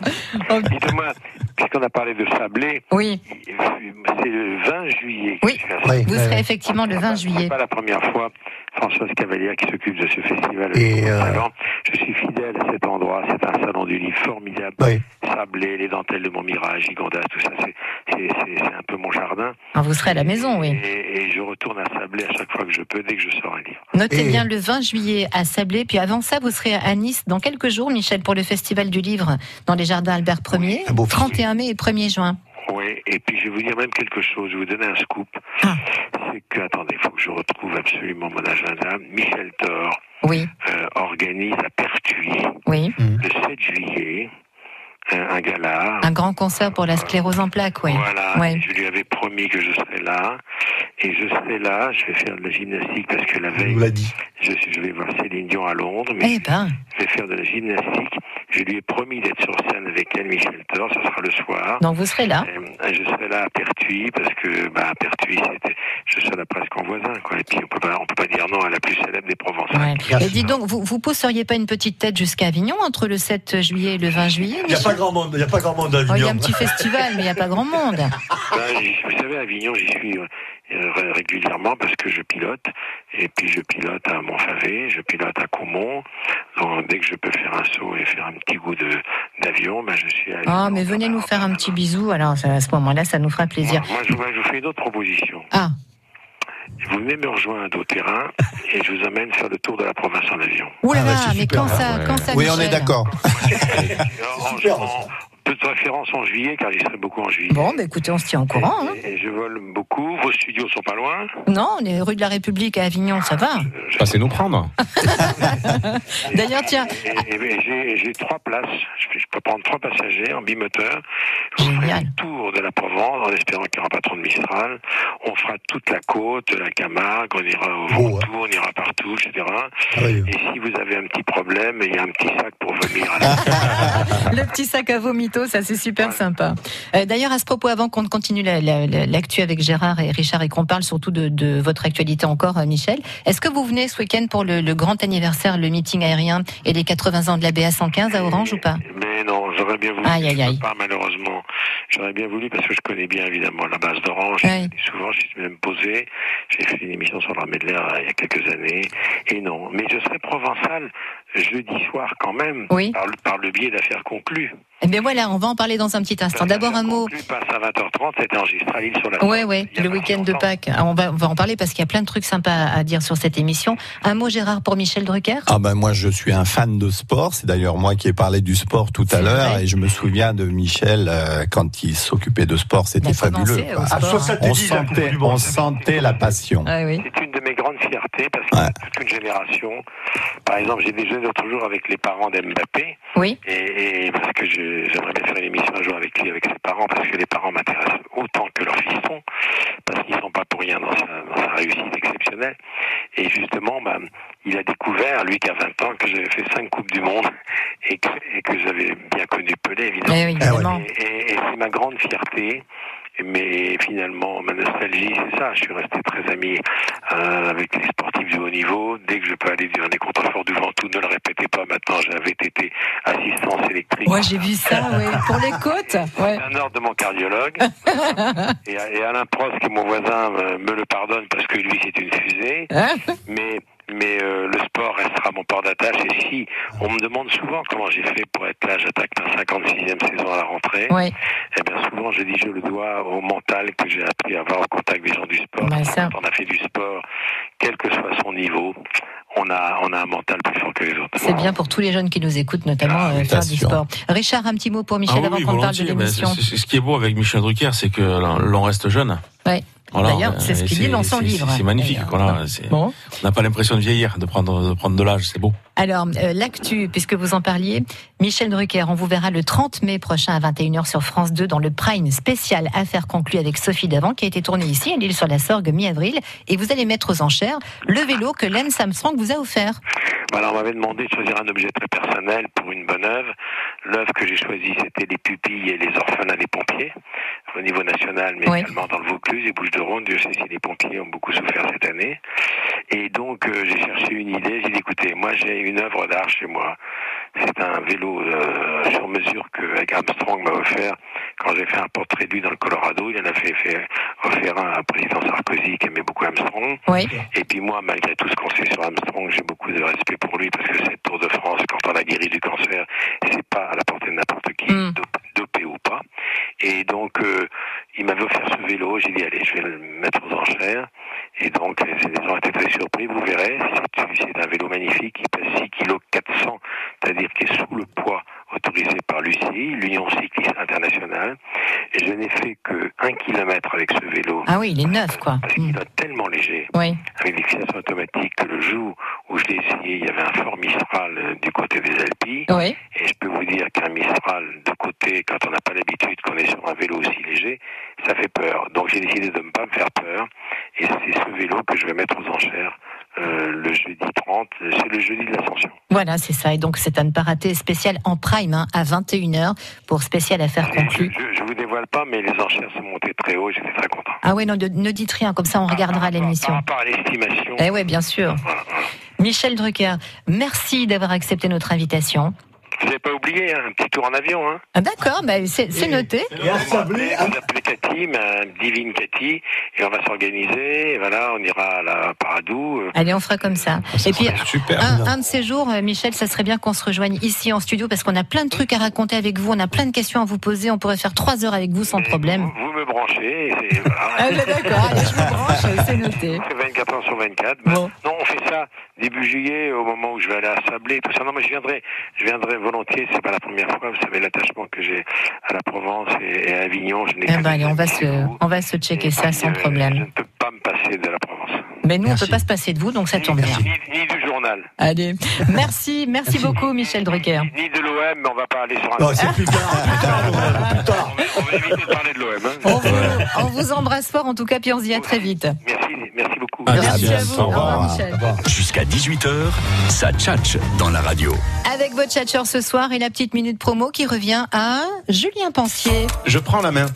[SPEAKER 2] oh.
[SPEAKER 7] Dites-moi, puisqu'on a parlé de Sablé,
[SPEAKER 2] Oui,
[SPEAKER 7] Bah, c'est le 20 juillet. que
[SPEAKER 2] Oui.
[SPEAKER 7] je suis à
[SPEAKER 2] vous serez effectivement le 20
[SPEAKER 7] c'est
[SPEAKER 2] juillet.
[SPEAKER 7] pas la première fois, Françoise Cavalière qui s'occupe de ce festival.
[SPEAKER 5] Et,
[SPEAKER 7] depuis
[SPEAKER 5] euh,
[SPEAKER 7] longtemps. Je suis fidèle à cet endroit. C'est un salon du livre formidable.
[SPEAKER 5] Oui.
[SPEAKER 7] Sablé, les dentelles de Montmirail, Gigondas, tout ça, c'est- c'est c'est- c'est un peu mon jardin.
[SPEAKER 2] Ah, vous serez à la maison, oui.
[SPEAKER 7] Et, et je retourne à Sablé à chaque fois que je peux, dès que je sors un livre.
[SPEAKER 2] Notez
[SPEAKER 5] Et-
[SPEAKER 2] bien le 20 juillet à Sablé, puis avant ça, vous serez à Nice dans quelques jours, Michel, pour le Festival du Livre dans les Jardins Albert 1er,
[SPEAKER 5] un beau festival.
[SPEAKER 2] 31 mai et 1er juin.
[SPEAKER 7] Oui, et puis je vais vous dire même quelque chose, je vais vous donner un scoop.
[SPEAKER 2] Ah.
[SPEAKER 7] C'est que, attendez, il faut que je retrouve absolument mon agenda. Michel Thor
[SPEAKER 2] Oui,
[SPEAKER 7] euh, organise à Pertuis
[SPEAKER 2] oui.
[SPEAKER 5] Mmh.
[SPEAKER 7] le 7 juillet euh, un, un gala.
[SPEAKER 2] Un grand concert pour la sclérose en plaques, oui.
[SPEAKER 7] Ah. Voilà,
[SPEAKER 2] Ouais.
[SPEAKER 7] et je lui avais promis que je serais là. Et je serai là, je vais faire de la gymnastique parce que la
[SPEAKER 5] Il
[SPEAKER 7] veille,
[SPEAKER 5] nous l'a dit.
[SPEAKER 7] je, suis- je vais voir Céline Dion à Londres, mais
[SPEAKER 2] Eh ben,
[SPEAKER 7] je vais faire de la gymnastique. Je lui ai promis d'être sur scène avec elle, Michel Thor, ce sera le soir.
[SPEAKER 2] donc vous serez là.
[SPEAKER 7] Euh, Je serai là à Pertuis parce que bah, à Pertuis, c'était, je serai là presque en voisin. Quoi. Et puis on peut pas, on peut pas dire non à la plus célèbre des Provençaux.
[SPEAKER 2] Ouais.
[SPEAKER 5] Bien
[SPEAKER 2] Et
[SPEAKER 5] sûr.
[SPEAKER 2] dis donc, vous, vous poseriez pas une petite tête jusqu'à Avignon entre le 7 juillet et le 20 juillet
[SPEAKER 5] Il n'y a
[SPEAKER 2] Michel
[SPEAKER 5] pas grand monde, il n'y a pas grand monde à
[SPEAKER 2] Oh, Il y a
[SPEAKER 5] Avignon.
[SPEAKER 2] un petit festival, mais il n'y a pas grand monde.
[SPEAKER 7] Là, Bah, j'y- vous savez, à Avignon, j'y suis euh, euh, régulièrement parce que je pilote. Et puis je pilote à Montfavet, je pilote à Caumont. Donc dès que je peux faire un saut et faire un petit goût de, d'avion, bah, je suis à
[SPEAKER 2] Oh,
[SPEAKER 7] Avignon.
[SPEAKER 2] mais venez nous faire un petit bisou, alors ça- à ce moment-là, ça nous fera plaisir.
[SPEAKER 7] Moi, moi, je, vous- je vous fais une autre proposition.
[SPEAKER 2] Ah,
[SPEAKER 7] Vous venez me rejoindre au terrain et je vous emmène faire le tour de la province en avion.
[SPEAKER 2] Ouh là
[SPEAKER 5] Ah, bah,
[SPEAKER 2] là,
[SPEAKER 5] c'est
[SPEAKER 2] mais
[SPEAKER 5] super,
[SPEAKER 2] quand
[SPEAKER 5] hein,
[SPEAKER 2] ça,
[SPEAKER 6] ouais.
[SPEAKER 2] quand ça,
[SPEAKER 4] Oui, on est
[SPEAKER 2] Michel
[SPEAKER 4] d'accord.
[SPEAKER 7] En- en-
[SPEAKER 5] Ah, super, ça.
[SPEAKER 7] en- peu de référence en juillet, car j'y serai beaucoup en juillet.
[SPEAKER 2] Bon, bah écoutez, on se tient au courant. hein.
[SPEAKER 7] Et, et je vole beaucoup. Vos studios sont pas loin.
[SPEAKER 2] Non, on est rue de la République à Avignon, ça va.
[SPEAKER 3] Passez nous prendre.
[SPEAKER 2] D'ailleurs, tiens,
[SPEAKER 7] Et, et- et j'ai- j'ai trois places. Je, peux- je peux prendre trois passagers en bimoteur. Je ferai
[SPEAKER 2] Génial.
[SPEAKER 7] le tour de la Provence en espérant qu'il n'y aura pas trop de Mistral. On fera toute la côte, la Camargue. On ira au
[SPEAKER 5] Beau, hein.
[SPEAKER 7] Ventoux, on ira partout, etc.
[SPEAKER 5] Ah oui.
[SPEAKER 7] Et si vous avez un petit problème, il y a un petit sac pour vomir. à la-
[SPEAKER 2] le petit sac à vomito, ça c'est super sympa. Euh, D'ailleurs, à ce propos, avant qu'on ne continue la- la- la- l'actu avec Gérard et Richard et qu'on parle surtout de, de votre actualité encore, euh, Michel, est-ce que vous venez ce week-end pour le, le grand anniversaire, le meeting aérien et les 80 ans de la BA115 à Orange ou pas
[SPEAKER 7] Mais non, j'aurais bien voulu.
[SPEAKER 2] Aïe, aïe,
[SPEAKER 7] Je peux
[SPEAKER 2] aïe.
[SPEAKER 7] Pas malheureusement. J'aurais bien voulu parce que je connais bien évidemment la base d'Orange.
[SPEAKER 2] Ouais.
[SPEAKER 7] Et Souvent, je suis même posé. J'ai fait une émission sur l'armée de l'air euh, il y a quelques années. Et non, mais je serai provençal jeudi soir quand même.
[SPEAKER 2] Oui.
[SPEAKER 7] Par, le- par le biais d'affaires conclues.
[SPEAKER 2] Eh bien voilà, on va en parler dans un petit instant.
[SPEAKER 7] Les
[SPEAKER 2] D'abord un
[SPEAKER 7] affaires
[SPEAKER 2] mot.
[SPEAKER 7] conclues passent à 20h30. C'était enregistré à Lille sur la.
[SPEAKER 2] Ouais, ouais,
[SPEAKER 7] Bah, Il y a
[SPEAKER 2] le
[SPEAKER 7] pas
[SPEAKER 2] week-end de
[SPEAKER 7] longtemps.
[SPEAKER 2] Pâques. Ah, On va, on va en parler parce qu'il y a plein de trucs sympas à dire sur cette émission. Un mot, Gérard, pour Michel Drucker
[SPEAKER 4] Ah ben moi je suis un fan de sport, c'est d'ailleurs moi qui ai parlé du sport tout
[SPEAKER 2] C'est
[SPEAKER 4] à l'heure
[SPEAKER 2] vrai.
[SPEAKER 4] et je me souviens de Michel euh, quand il s'occupait de sport,
[SPEAKER 2] Il a
[SPEAKER 4] c'était fabuleux.
[SPEAKER 2] commencé au
[SPEAKER 4] quoi.
[SPEAKER 2] sport.
[SPEAKER 5] À 70,
[SPEAKER 4] On
[SPEAKER 5] la Coupe
[SPEAKER 4] sentait,
[SPEAKER 5] du
[SPEAKER 4] on
[SPEAKER 5] Monde.
[SPEAKER 4] sentait la passion.
[SPEAKER 2] Ah oui.
[SPEAKER 7] C'est une de mes grandes fiertés parce que
[SPEAKER 4] Ouais.
[SPEAKER 7] toute une génération. Par exemple, j'ai déjeuné l'autre jour avec les parents d'Mbappé.
[SPEAKER 2] Oui.
[SPEAKER 7] Et, et parce que je- j'aimerais bien faire une émission un jour avec lui, avec ses parents, parce que les parents m'intéressent autant que leurs fistons, parce qu'ils sont pas pour rien dans sa, dans sa réussite exceptionnelle. Et justement, bah, il a découvert, lui qui a 20 ans, que j'avais fait cinq Coupes du Monde et que, et que j'avais bien connu Pelé,
[SPEAKER 2] Eh
[SPEAKER 7] évidemment.
[SPEAKER 2] oui, évidemment.
[SPEAKER 7] Et, et- et c'est ma grande fierté. Mais finalement, ma nostalgie, c'est ça. Je suis resté très ami euh, avec les sportifs du haut niveau. Dès que je peux aller dans les contreforts du Ventoux, ne le répétez pas maintenant, j'avais été assistance électrique.
[SPEAKER 2] Ouais, j'ai vu ça, oui. Pour les côtes. Ouais.
[SPEAKER 7] Un ordre de mon cardiologue. et, et Alain Prost, qui est mon voisin, euh, me, me le pardonne parce que lui, c'est une fusée.
[SPEAKER 2] Hein
[SPEAKER 7] Mais, mais euh, le sport restera mon port d'attache. Et si, on me demande souvent comment j'ai fait pour être là, j'attaque ma 56e saison à la rentrée.
[SPEAKER 2] Ouais.
[SPEAKER 7] Eh bien, souvent, je dis, je le dois au mental que j'ai appris à avoir au contact des gens du sport.
[SPEAKER 2] Ben, ça.
[SPEAKER 7] Quand on a fait du sport, quel que soit son niveau, on a, on a un mental plus fort que les autres.
[SPEAKER 2] C'est bien pour tous les jeunes qui nous écoutent, notamment euh, faire du
[SPEAKER 4] sûr.
[SPEAKER 2] sport. Richard, un petit mot pour Michel avant qu'on parle de
[SPEAKER 6] Ah volontiers, mais
[SPEAKER 2] l'émission.
[SPEAKER 6] c'est- c'est- Ce qui est beau avec Michel Drucker, c'est que l'on l'on reste jeune.
[SPEAKER 2] Ouais.
[SPEAKER 6] Voilà,
[SPEAKER 2] D'ailleurs,
[SPEAKER 6] euh,
[SPEAKER 2] c'est ce
[SPEAKER 6] et
[SPEAKER 2] qu'il dit dans son
[SPEAKER 6] c'est-
[SPEAKER 2] livre.
[SPEAKER 6] C'est magnifique.
[SPEAKER 2] D'ailleurs.
[SPEAKER 6] Voilà, c'est-
[SPEAKER 2] Bon.
[SPEAKER 6] On n'a pas l'impression de vieillir, de prendre de, prendre de l'âge, c'est beau.
[SPEAKER 2] Alors, euh, l'actu, puisque vous en parliez, Michel Drucker, on vous verra le 30 mai prochain à 21h sur France 2 dans le Prime spécial Affaires conclues avec Sophie Davant qui a été tournée ici à l'île sur la Sorgue mi-avril. Et vous allez mettre aux enchères le vélo que Len Samstrong vous a offert.
[SPEAKER 7] Voilà, Bah, on m'avait demandé de choisir un objet très personnel pour une bonne œuvre. L'œuvre que j'ai choisie, c'était les pupilles et les orphelins des pompiers, au niveau national, mais
[SPEAKER 2] Ouais.
[SPEAKER 7] également dans le Vaucluse et Bouches-de-Rhône. Dieu sait si les pompiers ont beaucoup souffert cette année. Et donc, euh, j'ai cherché une idée. J'ai dit, écoutez, moi, j'ai une œuvre d'art chez moi. C'est un vélo euh, sur mesure que Greg Armstrong m'a offert. Quand j'ai fait un portrait de lui dans le Colorado, il en a fait, fait offert un à président Sarkozy qui aimait beaucoup Armstrong.
[SPEAKER 2] Oui.
[SPEAKER 7] Et puis moi, malgré tout ce qu'on sait sur Armstrong, j'ai beaucoup de respect pour lui parce que cette Tour de France, quand on a guéri du cancer, c'est pas à la portée de n'importe qui, dop- dopé ou pas. Et donc, euh, il m'avait offert ce vélo. J'ai dit, allez, je vais le mettre aux enchères. Et donc, euh, les gens étaient très surpris. Vous verrez, c'est- c'est un vélo magnifique. Il pèse 6 kg 400, c'est-à-dire qu'il est sous le poids autorisé par l'UCI, l'Union Cycliste Internationale. Et je n'ai fait que 1 km avec ce vélo.
[SPEAKER 2] Ah oui, il est neuf, quoi. Mm.
[SPEAKER 7] Il est tellement léger,
[SPEAKER 2] Oui.
[SPEAKER 7] avec des fixations automatiques, que le jour où je l'ai essayé, il y avait un fort Mistral euh, du côté des Alpilles.
[SPEAKER 2] Oui.
[SPEAKER 7] Et je peux vous dire qu'un Mistral de côté, quand on n'a pas l'habitude, qu'on est sur un vélo aussi léger, ça fait peur. Donc j'ai décidé de ne pas me faire peur. Et c'est ce vélo que je vais mettre aux enchères euh, le jeudi 30. C'est le jeudi de l'ascension.
[SPEAKER 2] Voilà, c'est ça. Et donc, c'est à ne pas rater spécial en prime hein, à 21h pour spécial affaires conclues.
[SPEAKER 7] Je, je vous dévoile pas, mais les enchères sont montées très haut. J'étais très content.
[SPEAKER 2] Ah oui, non, de- ne dites rien, comme ça on regardera
[SPEAKER 7] Par
[SPEAKER 2] l'émission.
[SPEAKER 7] rapport à l'estimation.
[SPEAKER 2] Eh oui, bien sûr.
[SPEAKER 7] Voilà, voilà.
[SPEAKER 2] Michel Drucker, merci d'avoir accepté notre invitation.
[SPEAKER 7] Vous n'avez pas oublié hein, un petit tour en avion. Hein.
[SPEAKER 2] Ah, D'accord, bah, c'est c'est noté.
[SPEAKER 7] Vous m'appelez, vous appelez Cathy, ma divine Cathy, et on va s'organiser. et Voilà, on ira à la Paradou. euh,
[SPEAKER 2] Allez, on fera comme ça. Et puis,
[SPEAKER 7] super.
[SPEAKER 2] un, un de ces jours, euh, Michel, ça serait bien qu'on se rejoigne ici en studio parce qu'on a plein de trucs à raconter avec vous, on a plein de questions à vous poser, on pourrait faire trois heures avec vous sans problème.
[SPEAKER 7] Vous me branchez. et c'est- voilà.
[SPEAKER 2] Ah, ben d'accord, allez, je me branche, euh, c'est noté.
[SPEAKER 7] C'est 24 heures sur 24. Ben, Non, on fait ça début juillet, au moment où je vais aller à Sablé, tout ça. Non, mais je viendrai, je viendrai volontiers. C'est pas la première fois. Vous savez l'attachement que j'ai à la Provence et, et à Avignon. Je n'ai
[SPEAKER 2] Eh ben, allez, on va se, on va se checker ça sans problème.
[SPEAKER 7] pas à me passer de la Provence.
[SPEAKER 2] Mais nous, on peut pas se passer de vous, donc ça tombe bien.
[SPEAKER 7] Ni du journal,
[SPEAKER 2] Allez, merci, merci beaucoup, Michel Drucker.
[SPEAKER 7] ni de l'OM, mais on va pas aller sur un. Ah,
[SPEAKER 5] Non, Oh, c'est plus tard, plus tard, l'OM, plus tard.
[SPEAKER 7] On va éviter de parler de l'OM. hein.
[SPEAKER 2] On vous, on vous embrasse fort, en tout cas, puis on se dit à très vite.
[SPEAKER 7] Merci, merci beaucoup.
[SPEAKER 2] Merci à vous. Au revoir, Michel.
[SPEAKER 1] Jusqu'à 18h, ça tchatche dans la radio.
[SPEAKER 2] Avec votre chatcheur ce soir et la petite minute promo qui revient à Julien Pensier.
[SPEAKER 3] Je prends la main.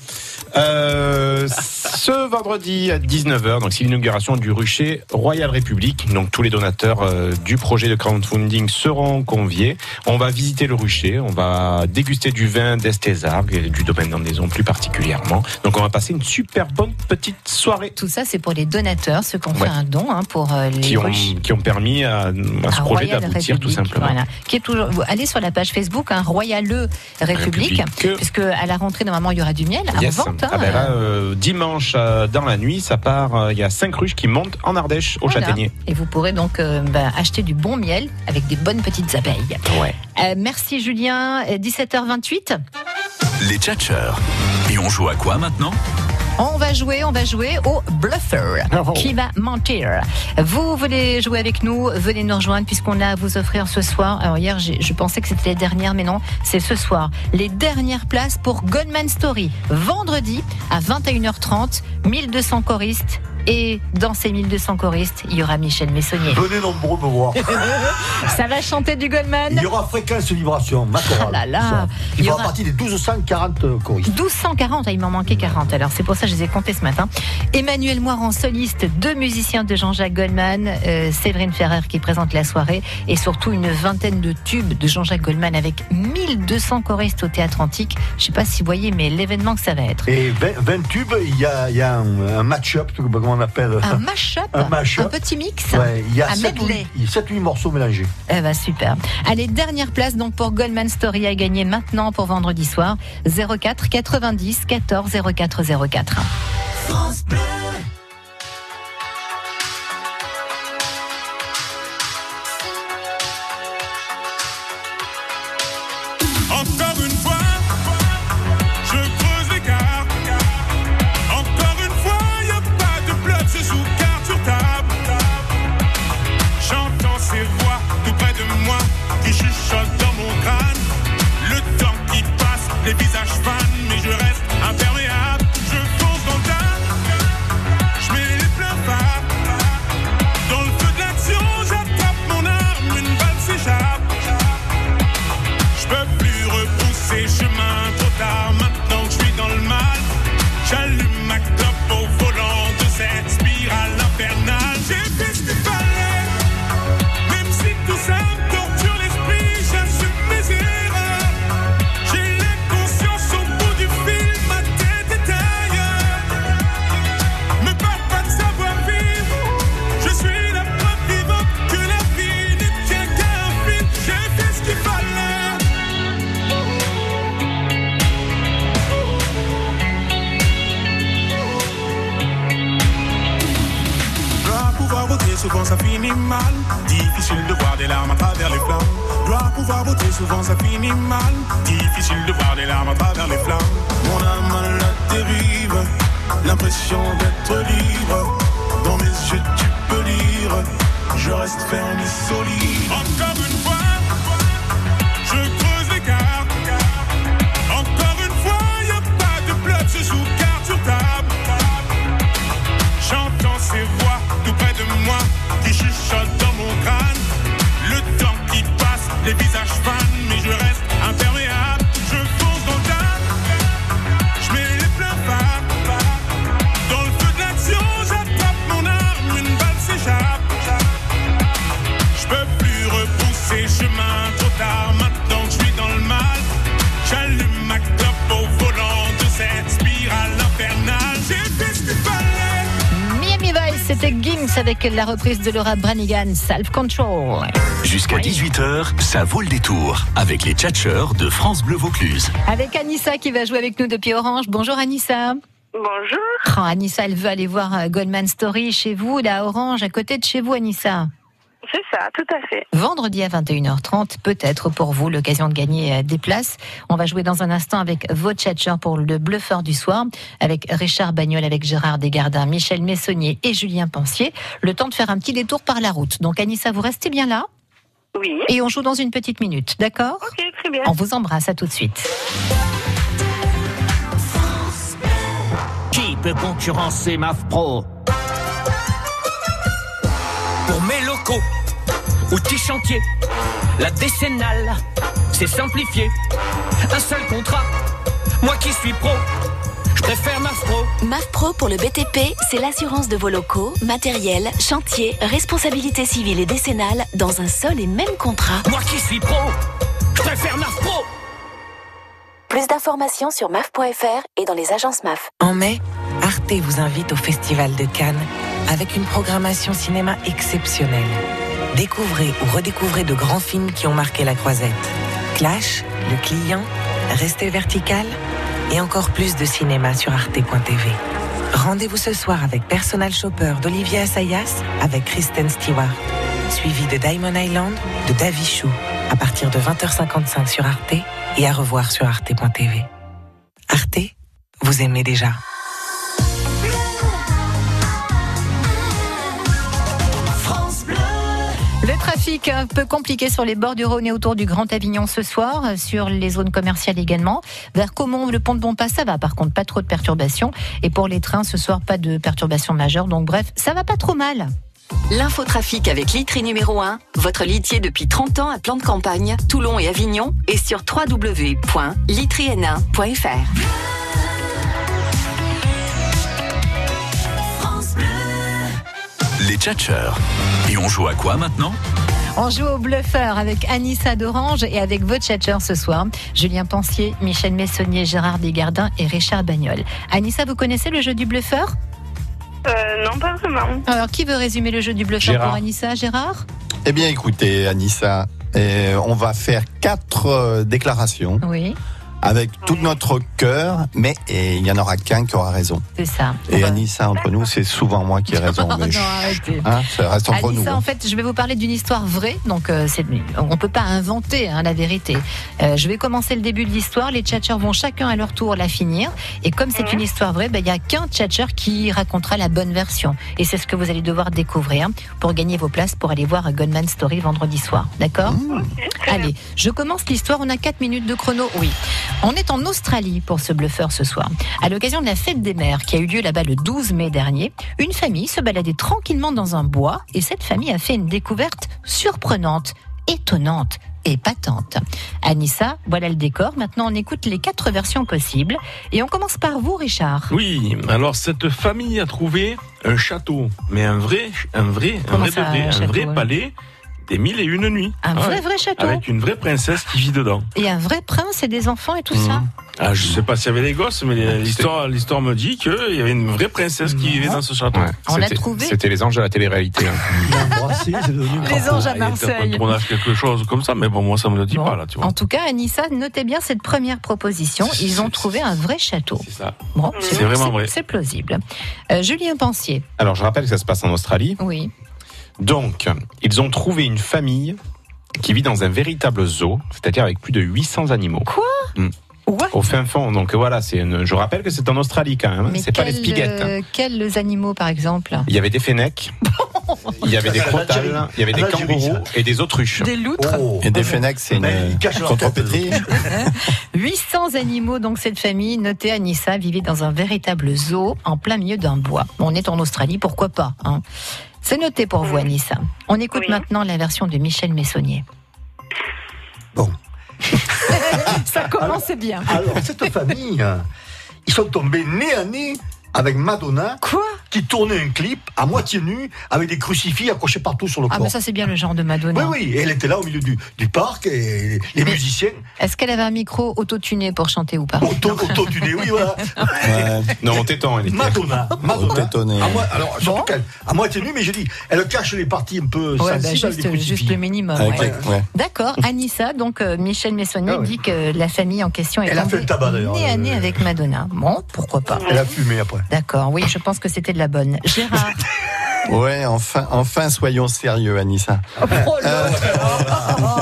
[SPEAKER 3] Euh, ce vendredi à 19h, donc c'est l'inauguration du rucher Royal République. Donc tous les donateurs euh, du projet de crowdfunding seront conviés. On va visiter le rucher, on va déguster du vin d'Estésargues et du domaine d'Andaison plus particulièrement. Donc on va passer une super bonne petite soirée.
[SPEAKER 2] Tout ça, c'est pour les donateurs, ceux qui ont
[SPEAKER 3] Ouais.
[SPEAKER 2] fait un don hein, pour euh, les
[SPEAKER 3] Qui ont,
[SPEAKER 2] ruches.
[SPEAKER 3] qui ont permis à, à ce
[SPEAKER 2] à
[SPEAKER 3] projet
[SPEAKER 2] Royal
[SPEAKER 3] d'aboutir tout
[SPEAKER 2] République,
[SPEAKER 3] simplement.
[SPEAKER 2] voilà. Qui est toujours, vous allez sur la page Facebook hein, Royale République,
[SPEAKER 3] République.
[SPEAKER 2] puisque à la rentrée normalement il y aura du miel à
[SPEAKER 3] Yes.
[SPEAKER 2] revente. hein.
[SPEAKER 3] Ah ben là, euh, dimanche euh, dans la nuit, ça part. euh, Il y a cinq ruches qui montent en Ardèche au
[SPEAKER 2] Voilà.
[SPEAKER 3] Châtaignier.
[SPEAKER 2] Et vous pourrez donc euh, bah, acheter du bon miel avec des bonnes petites abeilles.
[SPEAKER 3] Ouais.
[SPEAKER 2] Euh, merci Julien, Euh, 17h28.
[SPEAKER 1] Les tchatcheurs. Et on joue à quoi maintenant
[SPEAKER 2] On va jouer, on va jouer au bluffer.
[SPEAKER 5] Ah
[SPEAKER 2] Qui va mentir Vous voulez jouer avec nous Venez nous rejoindre puisqu'on a à vous offrir ce soir. Alors hier, j'ai- je pensais que c'était les dernières, mais non, c'est ce soir. Les dernières places pour Goldman Story. Vendredi à 21h30, 1200 choristes. Et dans ces 1200 choristes, il y aura Michel Messonnier.
[SPEAKER 5] Venez nombreux me voir.
[SPEAKER 2] Ça va chanter du Goldman
[SPEAKER 5] Il y aura fréquence vibration, ma
[SPEAKER 2] Ah
[SPEAKER 5] chorale.
[SPEAKER 2] là là.
[SPEAKER 5] Ça.
[SPEAKER 2] Il
[SPEAKER 5] Il
[SPEAKER 2] y
[SPEAKER 5] fera
[SPEAKER 2] aura-
[SPEAKER 5] partie des 1240 choristes.
[SPEAKER 2] 1240, ah, il m'en manquait 40, alors c'est pour ça que je les ai comptés ce matin. Emmanuel Moire en soliste, deux musiciens de Jean-Jacques Goldman, euh, Séverine Ferrer qui présente la soirée, et surtout une vingtaine de tubes de Jean-Jacques Goldman avec 1200 choristes au Théâtre Antique. Je sais pas si vous voyez, mais l'événement que ça va être.
[SPEAKER 5] Et 20, 20 tubes, il y a, il y a un, un match-up, comment on appelle
[SPEAKER 2] Un mash-up,
[SPEAKER 5] euh, Un mash-up.
[SPEAKER 2] petit mix,
[SPEAKER 5] Ouais, il y a
[SPEAKER 2] un
[SPEAKER 5] 7 ou,
[SPEAKER 2] medley.
[SPEAKER 5] 8, morceaux mélangés.
[SPEAKER 2] Eh ben super. Allez, dernière place donc pour Goldman Story à gagner maintenant pour vendredi soir. 04 90 14 04 04.
[SPEAKER 10] Encore une fois, je creuse l'écart. Encore une fois, y a pas de bloc, je joue carte sur table. J'entends ces voix tout près de moi qui chuchotent dans mon crâne. Le temps qui passe, les visages fans, mais je reste imperméable. Je fonce dans le tas.
[SPEAKER 11] finit mal. Difficile de voir des larmes à travers les flammes. Doit pouvoir voter, souvent ça finit mal. Difficile de voir des larmes à travers les flammes. Mon âme à la dérive, l'impression d'être libre. Dans mes yeux, tu peux lire, je reste ferme et solide. Encore une fois, je creuse les cartes. Encore une fois, y a pas de bluff, je joue carte sur table. J'entends ces voix tout près de moi qui chuchotent dans mon crâne. Le temps qui passe, les visages fans, mais je reste imperméable. Je fonce dans le tas, je mets les pleins pas. Dans le feu de l'action, j'attrape mon arme, une balle s'échappe. Je peux plus repousser chemin trop tard, maintenant que je suis dans le mal. J'allume ma clope au volant de cette spirale infernale. J'ai fait ce qu'il fallait.
[SPEAKER 2] Miami Vice, c'était Gims avec la reprise de Laura Branigan, Self Control.
[SPEAKER 1] Jusqu'à 18h, ça vaut le détour avec les tchatcheurs de France Bleu Vaucluse.
[SPEAKER 2] Avec Anissa qui va jouer avec nous depuis Orange. Bonjour Anissa. Oh,
[SPEAKER 12] Bonjour.
[SPEAKER 2] Anissa, elle veut aller voir euh, Goldman Story chez vous, la Orange, à côté de chez vous, Anissa.
[SPEAKER 12] C'est ça, tout à fait.
[SPEAKER 2] Vendredi à 21h30, peut-être pour vous l'occasion de gagner euh, des places. On va jouer dans un instant avec vos tchatcheurs pour le bluffeur du soir, avec Richard Bagnol, avec Gérard Desgardins, Michel Messonnier et Julien Pensier. Le temps de faire un petit détour par la route. Donc Anissa, vous restez bien là.
[SPEAKER 12] Oui.
[SPEAKER 2] Et on joue dans une petite minute, d'accord
[SPEAKER 12] Ok, très bien.
[SPEAKER 2] On vous embrasse, à tout de suite.
[SPEAKER 8] Qui peut concurrencer MAF Pro Pour mes locaux, outils chantiers, la décennale, c'est simplifié. Un seul contrat, moi qui suis pro, je préfère MAF Pro.
[SPEAKER 13] MAF Pro pour le BTP, c'est l'assurance de vos locaux, matériel, chantier, responsabilité civile et décennale dans un seul et même contrat.
[SPEAKER 8] Moi qui suis pro, je préfère MAF Pro.
[SPEAKER 13] Plus d'informations sur maf.fr et dans les agences MAF.
[SPEAKER 14] En mai, Arte vous invite au Festival de Cannes avec une programmation cinéma exceptionnelle. Découvrez ou redécouvrez de grands films qui ont marqué la croisette. Clash, Le Client, Restez vertical et encore plus de cinéma sur arte.tv. Rendez-vous ce soir avec Personal Shopper d'Olivier Assayas avec Kristen Stewart, suivi de Diamond Island de Davy Chou à partir de 20h55 sur Arte et à revoir sur arte.tv. Arte, vous aimez déjà.
[SPEAKER 8] France Bleu.
[SPEAKER 2] Le trafic un peu compliqué sur les bords du Rhône et autour du Grand Avignon ce soir, euh, sur les zones commerciales également. Vers Caumont, le pont de Bompas, ça va par contre, pas trop de perturbations. Et pour les trains, ce soir, pas de perturbations majeures. Donc bref, ça va pas trop mal.
[SPEAKER 15] L'infotrafic avec Litry numéro 1, votre litier depuis 30 ans à plan de campagne, Toulon et Avignon, et sur www.litryn1.fr.
[SPEAKER 1] Les tchatcheurs. Et on joue à quoi maintenant
[SPEAKER 2] On joue au bluffeur avec Anissa d'Orange et avec vos tchatcheurs ce soir. Julien Pensier, Michel Messonnier, Gérard Desgardins et Richard Bagnol. Anissa, vous connaissez le jeu du bluffeur
[SPEAKER 12] Euh, non, pas vraiment.
[SPEAKER 2] Alors, qui veut résumer le jeu du bluffeur
[SPEAKER 4] Gérard.
[SPEAKER 2] pour Anissa Gérard
[SPEAKER 4] Eh bien, écoutez, Anissa, euh, on va faire quatre euh, déclarations
[SPEAKER 2] Oui,
[SPEAKER 4] avec tout notre cœur, mais et il n'y en aura qu'un qui aura raison.
[SPEAKER 2] c'est ça.
[SPEAKER 4] Et Anissa, entre nous, c'est souvent moi qui ai raison.
[SPEAKER 2] Oh,
[SPEAKER 4] mais
[SPEAKER 2] non,
[SPEAKER 4] chut,
[SPEAKER 2] arrêtez.
[SPEAKER 4] hein, ça reste entre
[SPEAKER 2] Anissa,
[SPEAKER 4] nous. hein.
[SPEAKER 2] en fait, je vais vous parler d'une histoire vraie, donc euh, c'est- on ne peut pas inventer hein, la vérité. Euh, je vais commencer le début de l'histoire, les tchatcheurs vont chacun à leur tour la finir, et comme c'est une histoire vraie, ben, il n'y a qu'un tchatcheur qui racontera la bonne version. Et c'est ce que vous allez devoir découvrir pour gagner vos places pour aller voir Goldman Story vendredi soir, d'accord
[SPEAKER 4] Mmh.
[SPEAKER 2] Allez, je commence l'histoire, on a 4 minutes de chrono, oui. On est en Australie pour ce bluffeur ce soir. À l'occasion de la fête des mères qui a eu lieu là-bas le 12 mai dernier, une famille se baladait tranquillement dans un bois et cette famille a fait une découverte surprenante, étonnante et patente. Anissa, voilà le décor. Maintenant, on écoute les quatre versions possibles et on commence par vous, Richard.
[SPEAKER 6] Oui, alors cette famille a trouvé un château, mais un vrai, un vrai, un
[SPEAKER 2] Comment
[SPEAKER 6] vrai,
[SPEAKER 2] ça,
[SPEAKER 6] de vrai,
[SPEAKER 2] un
[SPEAKER 6] un
[SPEAKER 2] château,
[SPEAKER 6] vrai
[SPEAKER 2] ouais
[SPEAKER 6] palais des mille et une nuits.
[SPEAKER 2] Un
[SPEAKER 6] Ah
[SPEAKER 2] vrai,
[SPEAKER 6] ouais.
[SPEAKER 2] vrai château.
[SPEAKER 6] Avec une vraie princesse qui vit dedans.
[SPEAKER 2] Et un vrai prince et des enfants et tout ça.
[SPEAKER 6] Ah, je sais pas s'il y avait des gosses, mais l'histoire, l'histoire me dit qu'il y avait une vraie princesse qui vivait dans ce château.
[SPEAKER 2] On l'a C'était- trouvé. c'était
[SPEAKER 6] les anges de la télé-réalité. hein.
[SPEAKER 2] Les anges à Marseille.
[SPEAKER 6] On a quelque chose comme ça, mais bon, moi, ça me le dit pas, là, tu vois.
[SPEAKER 2] En tout cas, Anissa, notez bien cette première proposition. Ils ont trouvé un vrai château. Bon,
[SPEAKER 3] C'est vraiment vrai.
[SPEAKER 2] C'est plausible. Euh, Julien Pensier.
[SPEAKER 3] Alors, je rappelle que ça se passe en Australie.
[SPEAKER 2] Oui.
[SPEAKER 3] Donc, ils ont trouvé une famille qui vit dans un véritable zoo, c'est-à-dire avec plus de 800 animaux. Mm.
[SPEAKER 2] Quoi
[SPEAKER 3] Au fin fond, donc voilà, c'est une- je rappelle que c'est en Australie quand même, hein, c'est pas les
[SPEAKER 2] quels,
[SPEAKER 3] spiguettes.
[SPEAKER 2] euh, quels animaux, par exemple
[SPEAKER 3] Il y avait des fennecs, il y avait des
[SPEAKER 2] bah,
[SPEAKER 4] Ah, la Algérie.
[SPEAKER 3] crotales, il y avait des
[SPEAKER 4] Ah, l'Algérie,
[SPEAKER 3] kangourous et des autruches. Oh.
[SPEAKER 2] Des loutres.
[SPEAKER 4] Et des Fennecs, c'est une
[SPEAKER 3] ils cachent leur
[SPEAKER 4] contrepétrie.
[SPEAKER 2] 800 animaux, donc cette famille, notée à Nissa, vivait dans un véritable zoo en plein milieu d'un bois. On est en Australie, pourquoi pas hein C'est noté pour vous, Anissa. On écoute maintenant la version de Michel Messonnier. Ça commence bien.
[SPEAKER 5] Alors, cette famille, euh, ils sont tombés nez à nez avec Madonna. Qui tournait un clip à moitié nu avec des crucifix accrochés partout sur le
[SPEAKER 2] Ah,
[SPEAKER 5] corps.
[SPEAKER 2] mais ça, c'est bien le genre de
[SPEAKER 5] oui,
[SPEAKER 2] Madonna.
[SPEAKER 5] oui, elle était là au milieu du, du parc et les musiciens.
[SPEAKER 2] Est-ce qu'elle avait un micro autotuné pour chanter ou pas
[SPEAKER 3] Oh,
[SPEAKER 5] Auto, autotuné, oui, voilà.
[SPEAKER 3] Non, t'étends, elle était.
[SPEAKER 5] Madonna. Madonna. À moi- alors, surtout qu'elle, à moitié nue, mais je dis, elle cache les parties un peu
[SPEAKER 2] Ouais, bah,
[SPEAKER 5] sensibles avec des
[SPEAKER 2] juste,
[SPEAKER 5] crucifix.
[SPEAKER 2] juste le minimum.
[SPEAKER 5] Avec
[SPEAKER 2] ouais.
[SPEAKER 5] les- ouais.
[SPEAKER 2] D'accord, Anissa, donc euh, Michel Messonnier
[SPEAKER 5] Ah ouais.
[SPEAKER 2] dit que la famille en question est
[SPEAKER 5] Elle a
[SPEAKER 2] tombée
[SPEAKER 5] fait le tabac, d'ailleurs.
[SPEAKER 2] nez à nez
[SPEAKER 5] Euh,
[SPEAKER 2] avec Madonna. Bon, pourquoi pas
[SPEAKER 4] Elle a fumé après.
[SPEAKER 2] D'accord, oui, je pense que c'était de la bonne. Gérard,
[SPEAKER 4] Ouais, enfin, enfin, soyons sérieux, Anissa. Euh,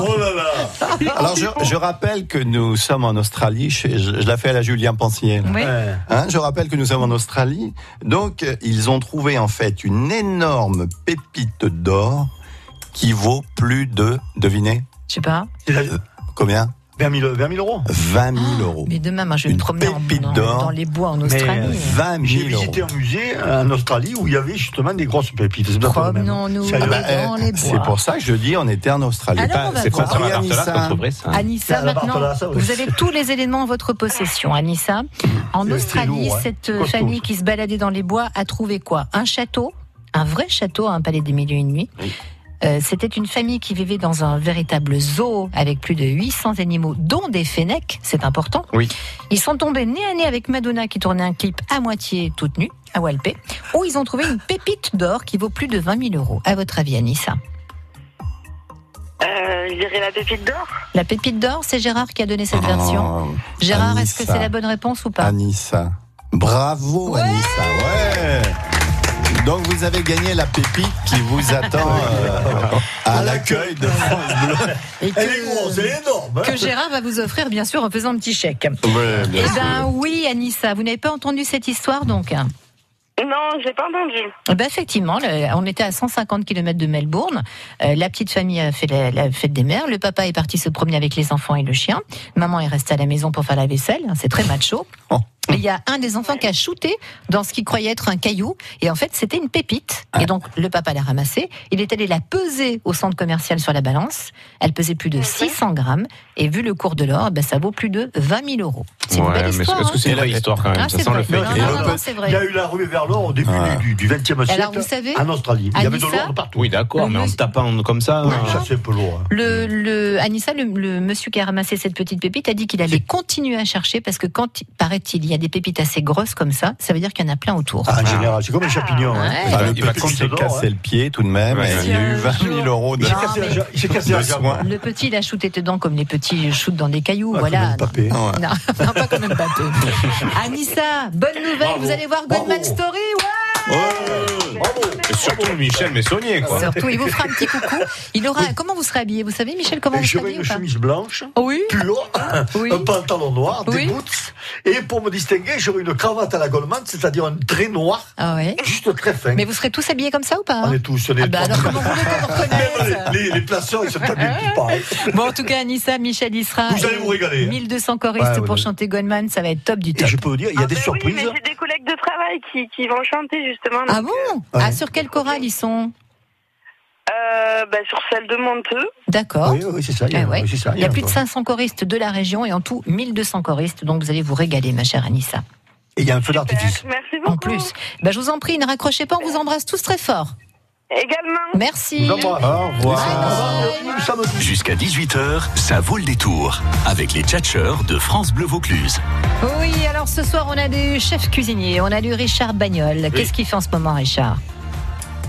[SPEAKER 5] Oh là là
[SPEAKER 4] Alors, je, je rappelle que nous sommes en Australie. Je, je- je la fais à la Julien Pensier. là.
[SPEAKER 5] Oui. Ouais.
[SPEAKER 4] Hein, je rappelle que nous sommes en Australie. Donc, euh, ils ont trouvé en fait une énorme pépite d'or qui vaut plus de, devinez, Euh,
[SPEAKER 2] je sais pas.
[SPEAKER 4] combien
[SPEAKER 5] 20 000, 20 000 euros.
[SPEAKER 4] 20 000 euros.
[SPEAKER 2] Mais demain, moi, je vais me promener en- dans,
[SPEAKER 4] d'or.
[SPEAKER 2] dans les bois
[SPEAKER 5] euh,
[SPEAKER 2] en Australie.
[SPEAKER 5] J'ai visité un musée euh, en Australie où il y avait justement des grosses pépites. C'est peut-être le même.
[SPEAKER 2] Promenons-nous
[SPEAKER 5] Sérieux.
[SPEAKER 2] dans les bois.
[SPEAKER 4] Ah, eh, C'est pour ça que je dis on était en Australie. Bah,
[SPEAKER 2] Alors, on va
[SPEAKER 4] c'est pas
[SPEAKER 2] voir.
[SPEAKER 4] sur la
[SPEAKER 2] Anissa.
[SPEAKER 4] Barthelard qu'on trouverait ça. hein.
[SPEAKER 2] Anissa, maintenant, vous avez tous les éléments en votre possession. Anissa, en
[SPEAKER 4] C'est
[SPEAKER 2] Australie,
[SPEAKER 4] lourd, hein.
[SPEAKER 2] cette euh,
[SPEAKER 4] Costaud.
[SPEAKER 2] famille qui se baladait dans les bois a trouvé quoi Un château, un vrai château, un palais des milieux et nuits. Euh, C'était une famille qui vivait dans un véritable zoo avec plus de 800 animaux, dont des fennecs, c'est important.
[SPEAKER 3] Oui.
[SPEAKER 2] Ils sont tombés nez à nez avec Madonna qui tournait un clip à moitié toute nue à Walpé, où ils ont trouvé une pépite d'or qui vaut plus de 20 000 euros. À votre avis, Anissa
[SPEAKER 16] Euh, je dirais la pépite d'or.
[SPEAKER 2] La pépite d'or, c'est Gérard qui a donné cette version. Gérard, est-ce que
[SPEAKER 4] Ah, Anissa.
[SPEAKER 2] c'est la bonne réponse ou pas
[SPEAKER 4] Anissa. Bravo Anissa, ouais Donc vous avez gagné la pépite qui vous attend euh, à l'accueil de France Bleu.
[SPEAKER 2] Et que,
[SPEAKER 5] énorme
[SPEAKER 2] que Gérard va vous offrir, bien sûr, en faisant un petit chèque.
[SPEAKER 4] Ouais, hein. bien
[SPEAKER 2] eh
[SPEAKER 4] sûr.
[SPEAKER 2] ben oui, Anissa, vous n'avez pas entendu cette histoire, donc hein
[SPEAKER 16] Non, Oh, j'ai pas entendu.
[SPEAKER 2] Eh ben, effectivement, le- on était à 150 km de Melbourne. Euh, la petite famille a fait la, la fête des mères. Le papa est parti se promener avec les enfants et le chien. Maman est restée à la maison pour faire la vaisselle. Hein, C'est très macho. Et Il y a un des enfants qui a shooté dans ce qu'il croyait être un caillou. Et en fait, c'était une pépite. Et donc, le papa l'a ramassée. Il est allé la peser au centre commercial sur la balance. Elle pesait plus de 600 grammes. Et vu le cours de l'or, ben, ça vaut plus de 20 000 euros. C'est une
[SPEAKER 3] Ouais,
[SPEAKER 2] belle
[SPEAKER 3] mais
[SPEAKER 2] histoire.
[SPEAKER 3] est-ce que c'est
[SPEAKER 2] hein.
[SPEAKER 3] une vraie histoire quand même
[SPEAKER 2] Ah,
[SPEAKER 3] Ça
[SPEAKER 2] c'est
[SPEAKER 3] sent le
[SPEAKER 2] vrai.
[SPEAKER 3] fake.
[SPEAKER 2] Non, non, non, non, c'est vrai.
[SPEAKER 5] Il y a eu la ruée vers l'or au début du, du, du 20e siècle.
[SPEAKER 2] Alors, vous savez,
[SPEAKER 5] En Australie. Il y avait de
[SPEAKER 2] Anissa,
[SPEAKER 5] l'or partout.
[SPEAKER 3] Oui, d'accord, mais en tapant comme ça. hein.
[SPEAKER 5] ça, c'est un peu lourd.
[SPEAKER 2] Le, le- Anissa, le, le monsieur qui a ramassé cette petite pépite a dit qu'il allait continuer à chercher parce que quand, paraît-il, il y a des pépites assez grosses comme ça, ça veut dire qu'il y en a plein autour.
[SPEAKER 5] Ah, en général, c'est comme les champignons. hein.
[SPEAKER 4] Enfin, le petit s'est cassé le pied tout de même.
[SPEAKER 5] Ouais,
[SPEAKER 4] et
[SPEAKER 5] ouais.
[SPEAKER 4] Il y a eu 20 000 euros de,
[SPEAKER 5] Il s'est cassé la jambe. Il s'est cassé
[SPEAKER 4] de
[SPEAKER 5] la jambe.
[SPEAKER 4] soins.
[SPEAKER 2] Le petit, il a shooté dedans comme les petits shootent dans des cailloux,
[SPEAKER 5] Ah,
[SPEAKER 2] voilà.
[SPEAKER 4] Papé.
[SPEAKER 2] Non, non, non, pas quand même pas
[SPEAKER 5] hein.
[SPEAKER 2] Anissa, bonne nouvelle, vous allez voir Goldman Story, ouais
[SPEAKER 3] Oh, Et Surtout Michel Messonnier, quoi.
[SPEAKER 2] Surtout, il vous fera un petit coucou. Il aura, comment vous serez habillé Vous savez, Michel, comment
[SPEAKER 5] Et
[SPEAKER 2] vous
[SPEAKER 5] je
[SPEAKER 2] serez
[SPEAKER 5] mets
[SPEAKER 2] habillé
[SPEAKER 5] une
[SPEAKER 2] ou pas
[SPEAKER 5] chemise blanche, pure, un pantalon noir, des boots, et pour me distinguer, j'aurai une cravate à la Goldman, c'est-à-dire un trait noir,
[SPEAKER 2] Ah ouais.
[SPEAKER 5] juste très fin.
[SPEAKER 2] Mais vous serez tous habillés comme ça ou pas
[SPEAKER 5] On est tous, on est
[SPEAKER 2] Ah bah
[SPEAKER 5] tous.
[SPEAKER 2] alors, comment vous voulez qu'on vous reconnaisse
[SPEAKER 5] Même les, les- les placeurs, ils sont habillés plus pareil.
[SPEAKER 2] Bon, en tout cas, Anissa, Michel y sera.
[SPEAKER 5] Vous allez vous régaler, hein.
[SPEAKER 2] 1200 choristes
[SPEAKER 5] Ouais, ouais,
[SPEAKER 2] pour
[SPEAKER 5] ouais.
[SPEAKER 2] chanter Goldman, ça va être top du top.
[SPEAKER 5] je peux vous dire, il y a des
[SPEAKER 16] Ah, bah Oui, mais
[SPEAKER 5] surprises.
[SPEAKER 16] j'ai des collègues de travail qui, qui vont chanter justement.
[SPEAKER 2] Ah
[SPEAKER 16] donc,
[SPEAKER 2] bon Ah, sur quel choral ils sont
[SPEAKER 16] euh, bah, Sur celle de Monteux.
[SPEAKER 2] D'accord.
[SPEAKER 5] Oui, oui, c'est ça, il y a-
[SPEAKER 2] Ah ouais.
[SPEAKER 5] oui, c'est ça,
[SPEAKER 2] Il y a plus de 500 choristes de la région et en tout 1200 choristes, donc vous allez vous régaler, ma chère Anissa.
[SPEAKER 5] Et il y a un feu d'artifice.
[SPEAKER 16] Merci
[SPEAKER 2] beaucoup. En plus, bah, je vous en prie, ne raccrochez pas, on vous embrasse tous très fort.
[SPEAKER 16] Également.
[SPEAKER 2] Merci.
[SPEAKER 1] Au revoir. Jusqu'à 18h, ça vaut le détour avec les tchatcheurs de France Bleu Vaucluse.
[SPEAKER 2] Oui, alors ce soir, on a du chef cuisinier, on a du Richard Bagnol. Qu'est-ce qu'il fait en ce moment, Richard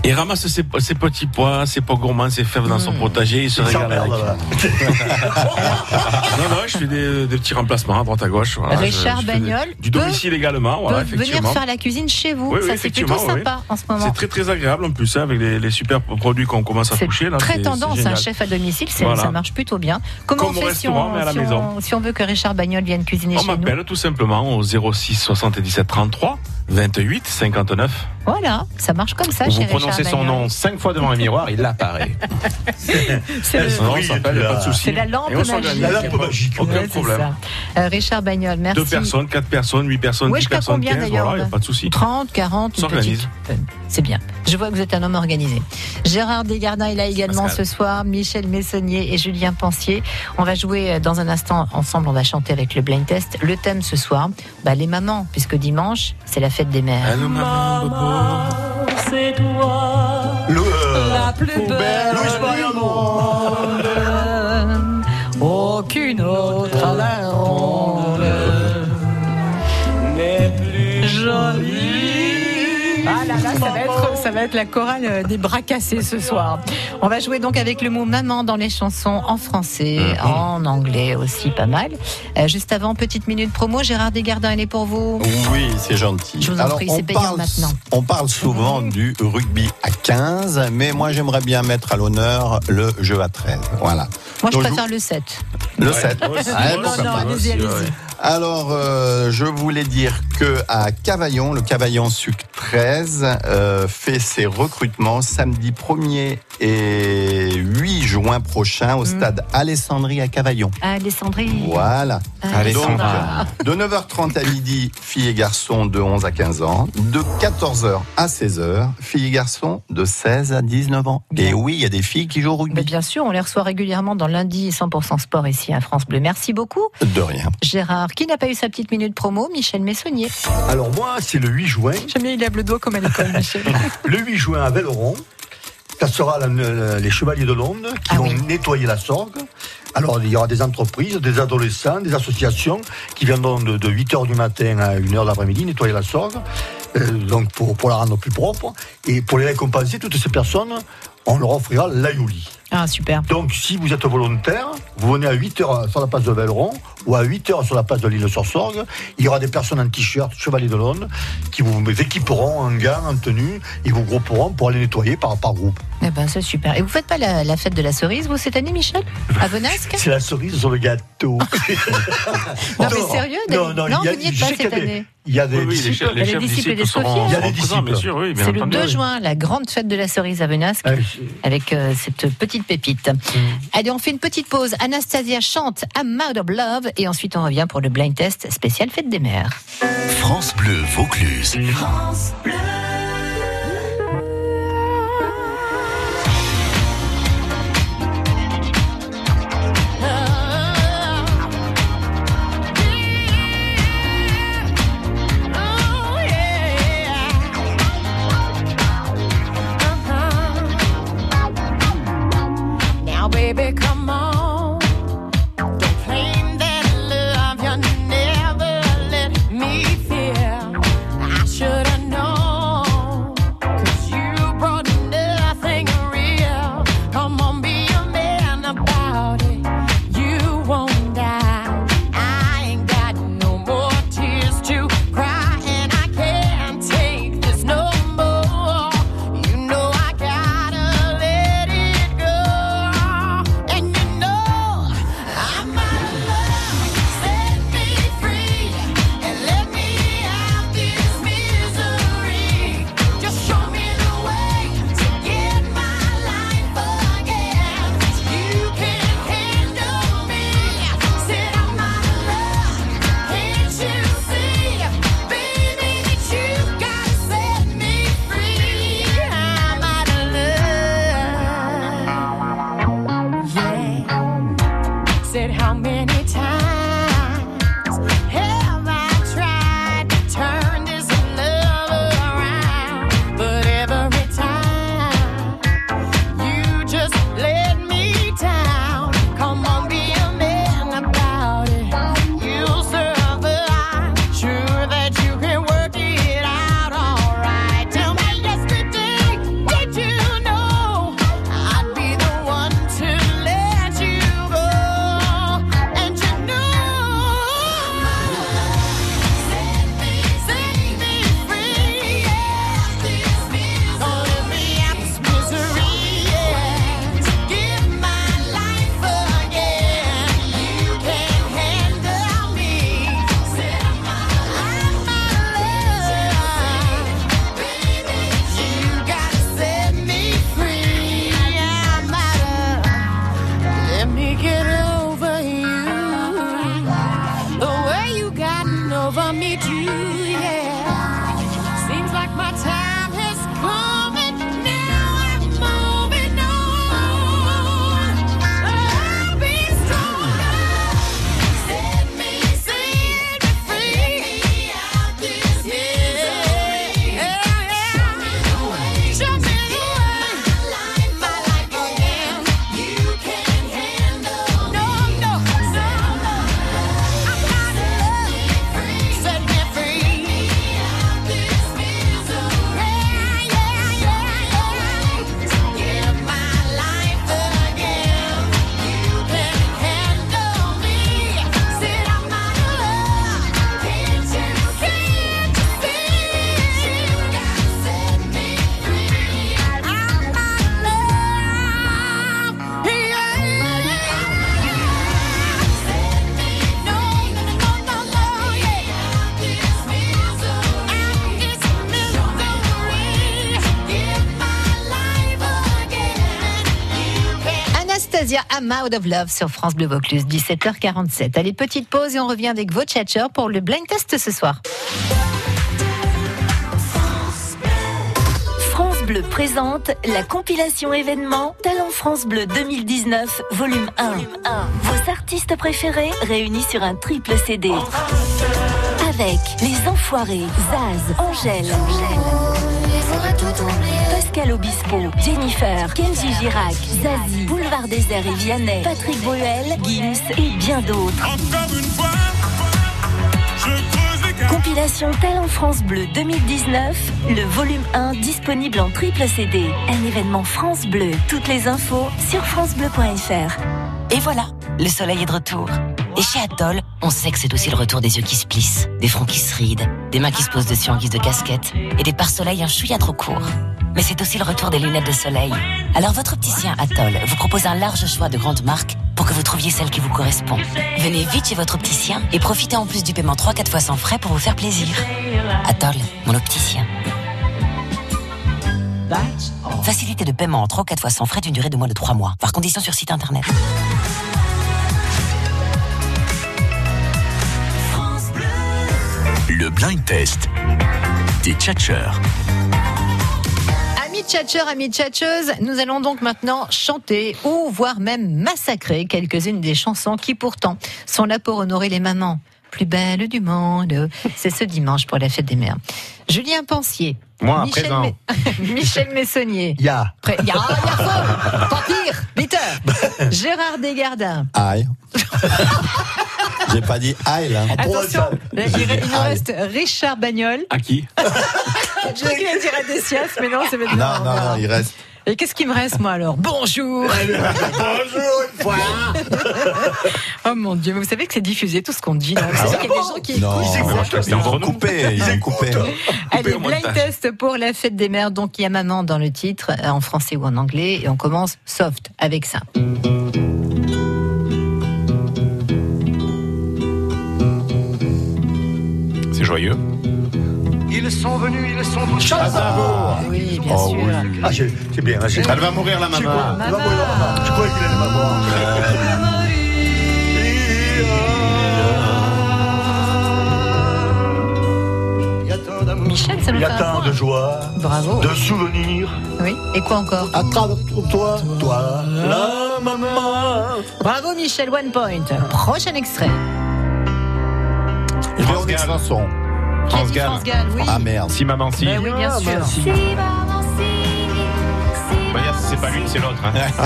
[SPEAKER 6] Il ramasse ses, ses petits pois, ses pois gourmands, ses fèves dans
[SPEAKER 2] Mmh.
[SPEAKER 6] son potager, il se
[SPEAKER 5] Il
[SPEAKER 6] régale avec.
[SPEAKER 5] s'emmerde,
[SPEAKER 6] non, non, je fais des, des petits remplacements à droite à gauche. voilà, je-
[SPEAKER 2] Richard
[SPEAKER 6] je fais des-
[SPEAKER 2] Bagnol
[SPEAKER 6] Du domicile également, voilà,
[SPEAKER 2] peut venir
[SPEAKER 6] effectivement.
[SPEAKER 2] faire la cuisine chez vous.
[SPEAKER 6] Oui, oui,
[SPEAKER 2] ça, c'est plutôt
[SPEAKER 6] effectivement, oui.
[SPEAKER 2] sympa en ce moment.
[SPEAKER 6] C'est très très agréable en plus hein, avec les, les super produits qu'on commence à toucher. Là,
[SPEAKER 2] Très
[SPEAKER 6] c'est-
[SPEAKER 2] tendance,
[SPEAKER 6] c'est
[SPEAKER 2] un
[SPEAKER 6] génial.
[SPEAKER 2] chef à domicile, c'est-
[SPEAKER 6] Voilà.
[SPEAKER 2] ça marche plutôt bien. Comment
[SPEAKER 6] Comme
[SPEAKER 2] on
[SPEAKER 6] au
[SPEAKER 2] fait si
[SPEAKER 6] restaurant,
[SPEAKER 2] on,
[SPEAKER 6] mais à la
[SPEAKER 2] si
[SPEAKER 6] maison.
[SPEAKER 2] on- si on veut que Richard Bagnol vienne cuisiner
[SPEAKER 6] On
[SPEAKER 2] chez nous
[SPEAKER 6] m'appelle Ben, tout simplement au 06 77 33 28 59.
[SPEAKER 2] Voilà, ça marche comme ça
[SPEAKER 3] Vous
[SPEAKER 2] chez
[SPEAKER 3] prononcez
[SPEAKER 2] Richard
[SPEAKER 3] son
[SPEAKER 2] Bagnol.
[SPEAKER 3] nom cinq fois devant un miroir, il apparaît.
[SPEAKER 2] C'est le-
[SPEAKER 6] Non, ça Ben, s'appelle, pas de souci.
[SPEAKER 2] C'est la lampe
[SPEAKER 6] Et on
[SPEAKER 2] magique.
[SPEAKER 6] s'organise, y a pas- Aucun
[SPEAKER 2] Ouais, c'est
[SPEAKER 6] problème.
[SPEAKER 2] ça. Euh, Richard Bagnol, merci.
[SPEAKER 6] Deux personnes, quatre personnes, huit personnes,
[SPEAKER 2] Ouais,
[SPEAKER 6] dix
[SPEAKER 2] jusqu'à
[SPEAKER 6] personnes,
[SPEAKER 2] combien,
[SPEAKER 6] quinze,
[SPEAKER 2] d'ailleurs,
[SPEAKER 6] voilà, il n'y a
[SPEAKER 2] on-
[SPEAKER 6] pas de souci.
[SPEAKER 2] 30, 40,
[SPEAKER 6] On
[SPEAKER 2] une
[SPEAKER 6] s'organise.
[SPEAKER 2] petite. C'est bien. Je vois que vous êtes un homme organisé. Gérard Desgardins est là également
[SPEAKER 6] Pascal.
[SPEAKER 2] ce soir, Michel Messonnier et Julien Pensier. On va jouer euh, dans un instant ensemble, on va chanter avec le blind test. Le thème ce soir, bah, les mamans, puisque dimanche, c'est la fête des mères.
[SPEAKER 10] C'est toi
[SPEAKER 5] euh,
[SPEAKER 10] la plus belle du monde.
[SPEAKER 2] Aucune autre à la ronde
[SPEAKER 10] n'est plus jolie.
[SPEAKER 2] Ah là là, ça va être, ça va être la chorale euh, des bras cassés ce soir. On va jouer donc avec le mot maman dans les chansons en français, en anglais aussi, pas mal. Euh, juste avant, petite minute promo, Gérard Desgardins, elle est pour vous.
[SPEAKER 4] Oui, c'est gentil.
[SPEAKER 2] Je vous en
[SPEAKER 4] Alors,
[SPEAKER 2] prie,
[SPEAKER 4] on
[SPEAKER 2] c'est payant
[SPEAKER 4] parle-
[SPEAKER 2] maintenant. Mhm.
[SPEAKER 4] On parle souvent du rugby à 15, mais moi j'aimerais bien mettre à l'honneur le jeu à 13. Voilà.
[SPEAKER 2] Moi, je
[SPEAKER 4] Donc,
[SPEAKER 2] préfère le 7.
[SPEAKER 4] Le 7. Ouais,
[SPEAKER 2] non,
[SPEAKER 4] pourquoi
[SPEAKER 2] non,
[SPEAKER 4] pas.
[SPEAKER 2] allez-y, allez-y.
[SPEAKER 4] Alors, euh, je voulais dire que à Cavaillon, le Cavaillon Suc 13 euh, fait ses recrutements samedi 1er et 8 juin prochain
[SPEAKER 2] Mhm.
[SPEAKER 4] au stade Alessandrie à Cavaillon.
[SPEAKER 2] Alessandrie.
[SPEAKER 4] Voilà.
[SPEAKER 2] Allez,
[SPEAKER 4] Donc,
[SPEAKER 2] Sandra.
[SPEAKER 4] euh, de 9h30 à midi, filles et garçons de 11 à 15 ans. De 14h à 16h, filles et garçons de 16 à 19 ans. Et oui, il y a des filles qui jouent au rugby.
[SPEAKER 2] Mais bien sûr, on les reçoit régulièrement dans lundi 100% sport ici à France Bleu. Merci beaucoup.
[SPEAKER 4] De rien.
[SPEAKER 2] Gérard, qui n'a pas eu sa petite minute promo Michel Messonnier.
[SPEAKER 5] Alors moi, c'est le 8 juin.
[SPEAKER 2] Jamais il lève le doigt comme à l'école, Michel.
[SPEAKER 5] le 8 juin à Velleron, ça sera la- la- les Chevaliers de Londres
[SPEAKER 2] Ah
[SPEAKER 5] qui vont nettoyer la sorgue. Alors, il y aura des entreprises, des adolescents, des associations qui viendront de, 8h du matin à 1h de l'après-midi nettoyer la sorgue, euh, donc pour, pour la rendre plus propre. Et pour les récompenser, toutes ces personnes, on leur offrira l'aïouli.
[SPEAKER 2] Ah, super.
[SPEAKER 5] Donc, si vous êtes volontaire, vous venez à 8h sur la place de Velleron ou à 8h sur la place de l'île sur Sorgue. Il y aura des personnes en t-shirt Chevalier de Londres qui vous équiperont en gants, en tenue. Ils vous grouperont pour aller nettoyer par, par groupe.
[SPEAKER 2] Eh ben, c'est super. Et vous faites pas la, la fête de la cerise, vous, cette année, Michel À Venasque
[SPEAKER 5] C'est la cerise sur le gâteau.
[SPEAKER 2] Non, mais sérieux,
[SPEAKER 5] Non,
[SPEAKER 2] David non,
[SPEAKER 5] non, il y a-
[SPEAKER 2] vous n'y êtes
[SPEAKER 5] je
[SPEAKER 2] pas
[SPEAKER 5] sais qu'il y
[SPEAKER 2] cette
[SPEAKER 5] a des-
[SPEAKER 2] année.
[SPEAKER 5] Il y a des
[SPEAKER 6] Oui, oui, les
[SPEAKER 5] disciples.
[SPEAKER 6] chefs- les Les chefs
[SPEAKER 2] disciples disciples des seront-
[SPEAKER 5] Il y a
[SPEAKER 2] seront
[SPEAKER 5] des
[SPEAKER 6] présents,
[SPEAKER 5] disciples.
[SPEAKER 6] hein, bien sûr, oui, bien
[SPEAKER 2] C'est le
[SPEAKER 6] entendu.
[SPEAKER 2] 2 juin, la grande fête de la cerise à Venasque,
[SPEAKER 5] Ah
[SPEAKER 2] avec euh, cette petite pépite.
[SPEAKER 5] Mm.
[SPEAKER 2] Allez, on fait une petite pause. Anastasia chante I'm Out of Love, et ensuite on revient pour le blind test spécial fête des mères.
[SPEAKER 1] France Bleu Vaucluse.
[SPEAKER 10] Now, baby, come on. Don't claim that love you never let me feel. I should have known. 'Cause you brought nothing real. Come on, be a man about it. You won't die. I ain't got no more tears to cry, and I can't take this no more. You know I gotta let it go, and you know I'm out of love. Set me free and let me out this misery. Just show me the way to get my life again. You can handle me. Said I'm out of love. Can't you see, baby, that you gotta set me free? I'm out of love. Yeah. Said how many times? Have I tried to turn this love around? But every time you just let me down. Come on, be a man about it. You'll survive. Sure that you can work it out alright. Tell me yesterday, did you?
[SPEAKER 2] Amount of Love sur France Bleu Vaucluse, 17h47. Allez, petite pause et on revient avec vos tchatchers pour le blind test ce soir.
[SPEAKER 13] France Bleu présente la compilation événement Talent France Bleu 2019, volume 1. Vos artistes préférés réunis sur un triple CD. Avec Les Enfoirés, Zaz, Angèle, Pascal Obispo, Jennifer, Kenji Girac, Zazie, Boulevard Désert et Vianney, Patrick Bruel, Gims et bien d'autres. Compilation Talent France Bleu 2019, le volume 1 disponible en triple CD. Un événement France Bleu. Toutes les infos sur francebleu.fr.
[SPEAKER 17] Et voilà, le soleil est de retour. Et chez Atoll, on sait que c'est aussi le retour des yeux qui se plissent, des fronts qui se rident, des mains qui se posent dessus en guise de casquette et des pare-soleil un chouïa trop court. Mais c'est aussi le retour des lunettes de soleil. Alors votre opticien Atoll vous propose un large choix de grandes marques pour que vous trouviez celle qui vous correspond. Venez vite chez votre opticien et profitez en plus du paiement 3-4 fois sans frais pour vous faire plaisir. Atoll, mon opticien. Facilité de paiement en 3 ou 4 fois sans frais d'une durée de moins de 3 mois, par condition sur site internet.
[SPEAKER 1] Le blind test des tchatcheurs.
[SPEAKER 2] Amis tchatcheurs, amis tchatcheuses, nous allons donc maintenant chanter ou voire même massacrer quelques-unes des chansons qui pourtant sont là pour honorer les mamans. Plus belles du monde. C'est ce dimanche pour la fête des mères. Julien Pensier.
[SPEAKER 3] Moi, à
[SPEAKER 2] Michel
[SPEAKER 3] présent.
[SPEAKER 2] Me- Michel Messonnier.
[SPEAKER 5] Ya.
[SPEAKER 2] Pré- Ya, ya, faux. Vampire, Peter. Gérard Desgardins.
[SPEAKER 4] Aïe. J'ai pas dit aïe là.
[SPEAKER 2] Attention, il
[SPEAKER 4] J'ai dit
[SPEAKER 2] il nous
[SPEAKER 4] aïe.
[SPEAKER 2] reste Richard Bagnol.
[SPEAKER 6] À qui
[SPEAKER 3] Ah,
[SPEAKER 2] Je sais qu'il allait dire à des siestes, mais non, c'est maintenant.
[SPEAKER 4] Ah, Non, non, non, il reste.
[SPEAKER 2] Et qu'est-ce qui me reste, moi, alors Bonjour Bonjour,
[SPEAKER 5] une fois
[SPEAKER 2] Oh mon Dieu, mais vous savez que c'est diffusé, tout ce qu'on dit. donc.
[SPEAKER 4] Ah
[SPEAKER 2] C'est
[SPEAKER 4] ouais
[SPEAKER 2] vrai qu'il y a des gens qui
[SPEAKER 4] Non,
[SPEAKER 2] écoutent.
[SPEAKER 4] ils
[SPEAKER 2] ça.
[SPEAKER 4] vont couper, ils ont coupé.
[SPEAKER 2] Allez, blind test pour la fête des mères. Donc, il y a maman dans le titre, euh, en français ou en anglais. Et on commence soft avec ça.
[SPEAKER 3] C'est joyeux.
[SPEAKER 10] Ils sont venus, ils sont venus.
[SPEAKER 2] Ah Oui,
[SPEAKER 10] bien
[SPEAKER 5] Oh,
[SPEAKER 10] sûr.
[SPEAKER 5] oui. Ah, j'ai- c'est bien. j'ai-
[SPEAKER 3] Elle va mourir, la
[SPEAKER 5] C'est
[SPEAKER 3] maman.
[SPEAKER 5] quoi Elle va mourir, la maman. Je croyais qu'il allait m'avoir.
[SPEAKER 2] Michel, ça nous
[SPEAKER 5] Il y
[SPEAKER 2] fait
[SPEAKER 5] a
[SPEAKER 2] un
[SPEAKER 5] tant
[SPEAKER 2] point.
[SPEAKER 5] de joie,
[SPEAKER 2] Bravo.
[SPEAKER 5] de souvenirs.
[SPEAKER 2] Oui, et quoi encore
[SPEAKER 5] À travers toi, toi, la maman.
[SPEAKER 2] Bravo, Michel, one point. Prochain extrait.
[SPEAKER 4] France Gall.
[SPEAKER 3] France Gall.
[SPEAKER 2] France Gall, oui.
[SPEAKER 4] Ah merde.
[SPEAKER 3] Si maman si.
[SPEAKER 2] Mais oui,
[SPEAKER 5] Ah,
[SPEAKER 2] bien sûr.
[SPEAKER 3] Bah, y a- c'est pas l'une, c'est l'autre. hein.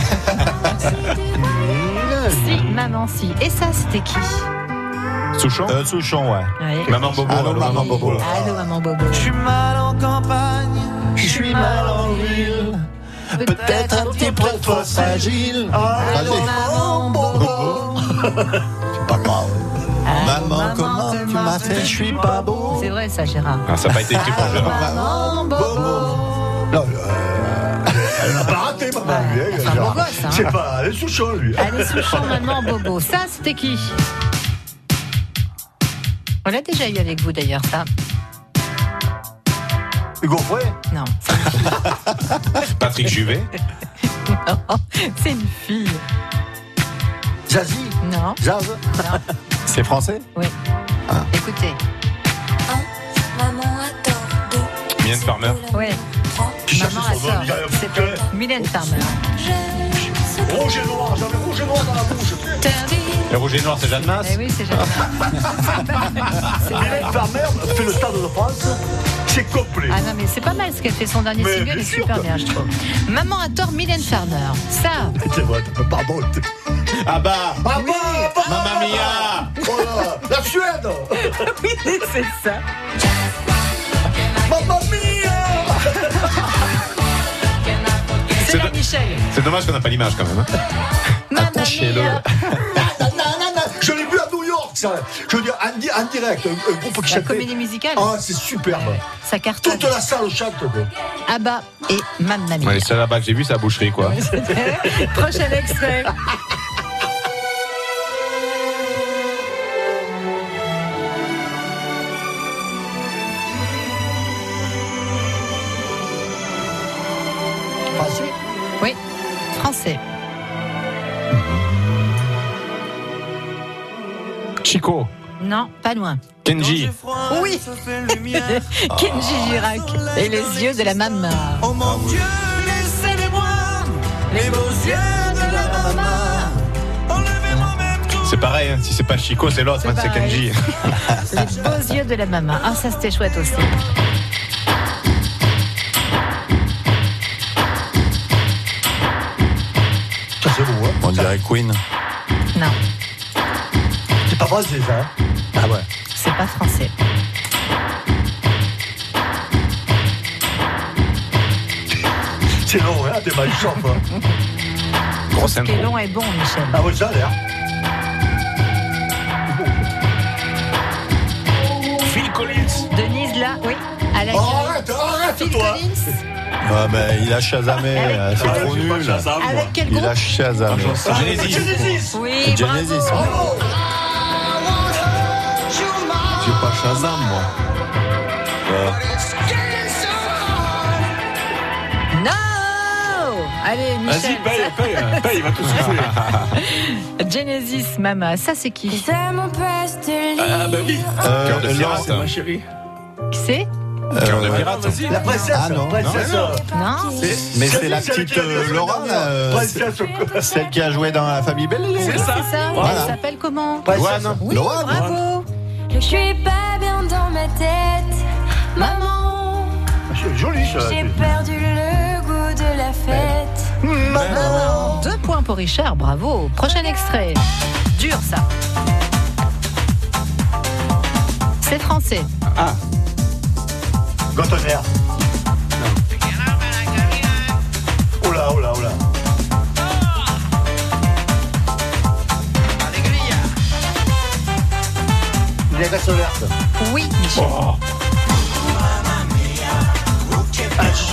[SPEAKER 2] Si, maman, si. Et ça, c'était qui
[SPEAKER 3] Souchon
[SPEAKER 4] Euh, Souchon, ouais.
[SPEAKER 2] Ouais. Ah,
[SPEAKER 3] Maman Bobo.
[SPEAKER 4] Allô, maman Bobo.
[SPEAKER 2] Allô, maman Bobo.
[SPEAKER 10] Je suis mal en campagne, je suis mal en ville. Peut-être un petit peu trop fragile. Allô,
[SPEAKER 4] Fragile.
[SPEAKER 10] maman, bobo.
[SPEAKER 4] C'est pas grave.
[SPEAKER 10] Ah,
[SPEAKER 4] Maman, comment tu m'as fait
[SPEAKER 10] Je suis pas beau.
[SPEAKER 2] C'est vrai, ça, Gérard.
[SPEAKER 3] Ah, ça n'a pas été écrit pour Gérard.
[SPEAKER 2] Maman Bobo.
[SPEAKER 5] Non, euh, elle l'a pas raté, maman. lui, hein,
[SPEAKER 2] c'est un
[SPEAKER 5] genre.
[SPEAKER 2] beau gosse, hein.
[SPEAKER 5] C'est pas, elle est Souchon, lui.
[SPEAKER 2] Allez, Souchon, maman Bobo. Ça, c'était qui On l'a déjà eu avec vous, d'ailleurs, ça.
[SPEAKER 5] Hugo Frey
[SPEAKER 2] Non,
[SPEAKER 3] Patrick Juvet.
[SPEAKER 2] non. C'est une fille.
[SPEAKER 5] Zazie
[SPEAKER 2] Non.
[SPEAKER 5] Zaz
[SPEAKER 2] Non.
[SPEAKER 4] C'est français
[SPEAKER 2] Oui.
[SPEAKER 4] Ah.
[SPEAKER 2] Écoutez.
[SPEAKER 3] Mylène Farmer.
[SPEAKER 2] Ouais. Maman à sort. C'est Mylène Farmer.
[SPEAKER 5] Rouge et noir, j'avais rouge et noir dans la bouche.
[SPEAKER 3] Le rouge et noir, c'est Jeanne Masse.
[SPEAKER 2] Eh oui, c'est Gérard.
[SPEAKER 5] Mylène Farmer fait le stade de France. C'est complet.
[SPEAKER 2] Ah non, mais c'est pas mal ce qu'elle fait. Son dernier
[SPEAKER 5] Mais
[SPEAKER 2] single
[SPEAKER 5] bien
[SPEAKER 2] est
[SPEAKER 5] sûr,
[SPEAKER 2] super
[SPEAKER 5] quoi.
[SPEAKER 2] bien, je trouve. Maman à tort, Mylène Farmer. Ça,
[SPEAKER 5] C'est vrai, pardon. Ah
[SPEAKER 3] Ah bah
[SPEAKER 5] bah, bah, Oh
[SPEAKER 3] Mamma mia
[SPEAKER 5] voilà, La Suède
[SPEAKER 2] oui, c'est ça.
[SPEAKER 5] Mamma mia
[SPEAKER 2] C'est
[SPEAKER 3] C'est
[SPEAKER 2] la
[SPEAKER 3] de-
[SPEAKER 2] Michel.
[SPEAKER 3] C'est dommage qu'on n'a pas l'image quand même. hein.
[SPEAKER 2] Maman
[SPEAKER 3] Attachez-le.
[SPEAKER 2] mia. euh.
[SPEAKER 5] Nanana. Je l'ai vu à New York, ça. Je veux dire, en, di- en direct, un, un groupe qui
[SPEAKER 2] La
[SPEAKER 5] chantait.
[SPEAKER 2] comédie musicale.
[SPEAKER 5] Ah, c'est superbe.
[SPEAKER 2] Ça cartonne.
[SPEAKER 5] Toute la salle chante. quoi.
[SPEAKER 2] Abba et Mamma Mia.
[SPEAKER 3] Ouais, c'est là-bas que j'ai vu, c'est la boucherie quoi.
[SPEAKER 2] Prochain extrait.
[SPEAKER 5] Français.
[SPEAKER 2] Oui, français.
[SPEAKER 3] Chico,
[SPEAKER 2] Non, pas loin.
[SPEAKER 3] Kenji.
[SPEAKER 2] Oui Kenji Girac et les yeux de la maman.
[SPEAKER 10] Oh
[SPEAKER 2] Ah,
[SPEAKER 10] mon Dieu, laissez-les-moi les beaux yeux de la maman.
[SPEAKER 3] C'est pareil, hein, si c'est pas Chico, c'est l'autre,
[SPEAKER 2] C'est
[SPEAKER 3] hein, c'est
[SPEAKER 2] pareil.
[SPEAKER 3] Kenji.
[SPEAKER 2] Les beaux yeux de la maman. Ah, ça c'était chouette aussi.
[SPEAKER 5] Ça, c'est beau, hein
[SPEAKER 4] On dirait Queen.
[SPEAKER 2] Non,
[SPEAKER 5] C'est pas français, ça. hein ah ouais.
[SPEAKER 2] c'est pas français.
[SPEAKER 5] C'est long, hein T'es mal chaud, hein
[SPEAKER 3] Grosse
[SPEAKER 2] Ce qui
[SPEAKER 3] intro.
[SPEAKER 2] est long est bon, Michel.
[SPEAKER 5] Ah ouais, ça a l'air.
[SPEAKER 6] Phil Collins.
[SPEAKER 2] Denise là, oui. À la
[SPEAKER 5] Oh, arrête, arrête,
[SPEAKER 2] Phil
[SPEAKER 5] toi.
[SPEAKER 2] Collins,
[SPEAKER 4] Ah ben, il a chasamé, euh, c'est
[SPEAKER 6] Ah,
[SPEAKER 4] trop
[SPEAKER 6] j'ai pas
[SPEAKER 4] nul.
[SPEAKER 6] Shazam, moi.
[SPEAKER 2] Avec quel
[SPEAKER 4] Il
[SPEAKER 2] groupe
[SPEAKER 4] a chasamé.
[SPEAKER 6] Ah, Genesis.
[SPEAKER 2] Oui, bravo.
[SPEAKER 4] Genesis. J'ai pas Shazam, moi.
[SPEAKER 2] No Allez, Michel.
[SPEAKER 6] Vas-y,
[SPEAKER 2] Ah,
[SPEAKER 6] paye, paye, paye, il va tout souffler.
[SPEAKER 2] bah Genesis, Mama, ça c'est qui
[SPEAKER 6] Ah, bah oui.
[SPEAKER 4] Euh,
[SPEAKER 3] Cœur de
[SPEAKER 4] Laurent,
[SPEAKER 3] pirate,
[SPEAKER 6] C'est ma chérie.
[SPEAKER 2] Qui c'est
[SPEAKER 3] Cœur de
[SPEAKER 4] euh,
[SPEAKER 3] pirate.
[SPEAKER 6] Vas-y.
[SPEAKER 5] La princesse,
[SPEAKER 4] Ah, non,
[SPEAKER 5] princesse.
[SPEAKER 2] Non
[SPEAKER 4] Mais c'est la
[SPEAKER 5] Celle
[SPEAKER 4] petite
[SPEAKER 5] qui a
[SPEAKER 4] euh,
[SPEAKER 5] joué
[SPEAKER 4] Laura,
[SPEAKER 5] dans-
[SPEAKER 4] là, euh, c'est-
[SPEAKER 5] Princesse au
[SPEAKER 4] celle qui a joué dans la famille Belle.
[SPEAKER 6] C'est
[SPEAKER 2] C'est
[SPEAKER 6] ça.
[SPEAKER 2] ça
[SPEAKER 4] Voilà.
[SPEAKER 2] Elle s'appelle comment
[SPEAKER 5] Princesse.
[SPEAKER 4] Loane.
[SPEAKER 2] Oui,
[SPEAKER 4] Loane.
[SPEAKER 2] bravo
[SPEAKER 13] Je suis pas bien dans ma tête, maman.
[SPEAKER 5] C'est Joli, ça.
[SPEAKER 13] J'ai perdu le goût de la fête.
[SPEAKER 2] Maman. Deux points pour Richard, bravo Prochain extrait. Dur ça. C'est français.
[SPEAKER 5] Ah. Gantonner. Oh là, oh là, oh là. Il est solaire, ça.
[SPEAKER 2] Oui, Michel.
[SPEAKER 5] Oh,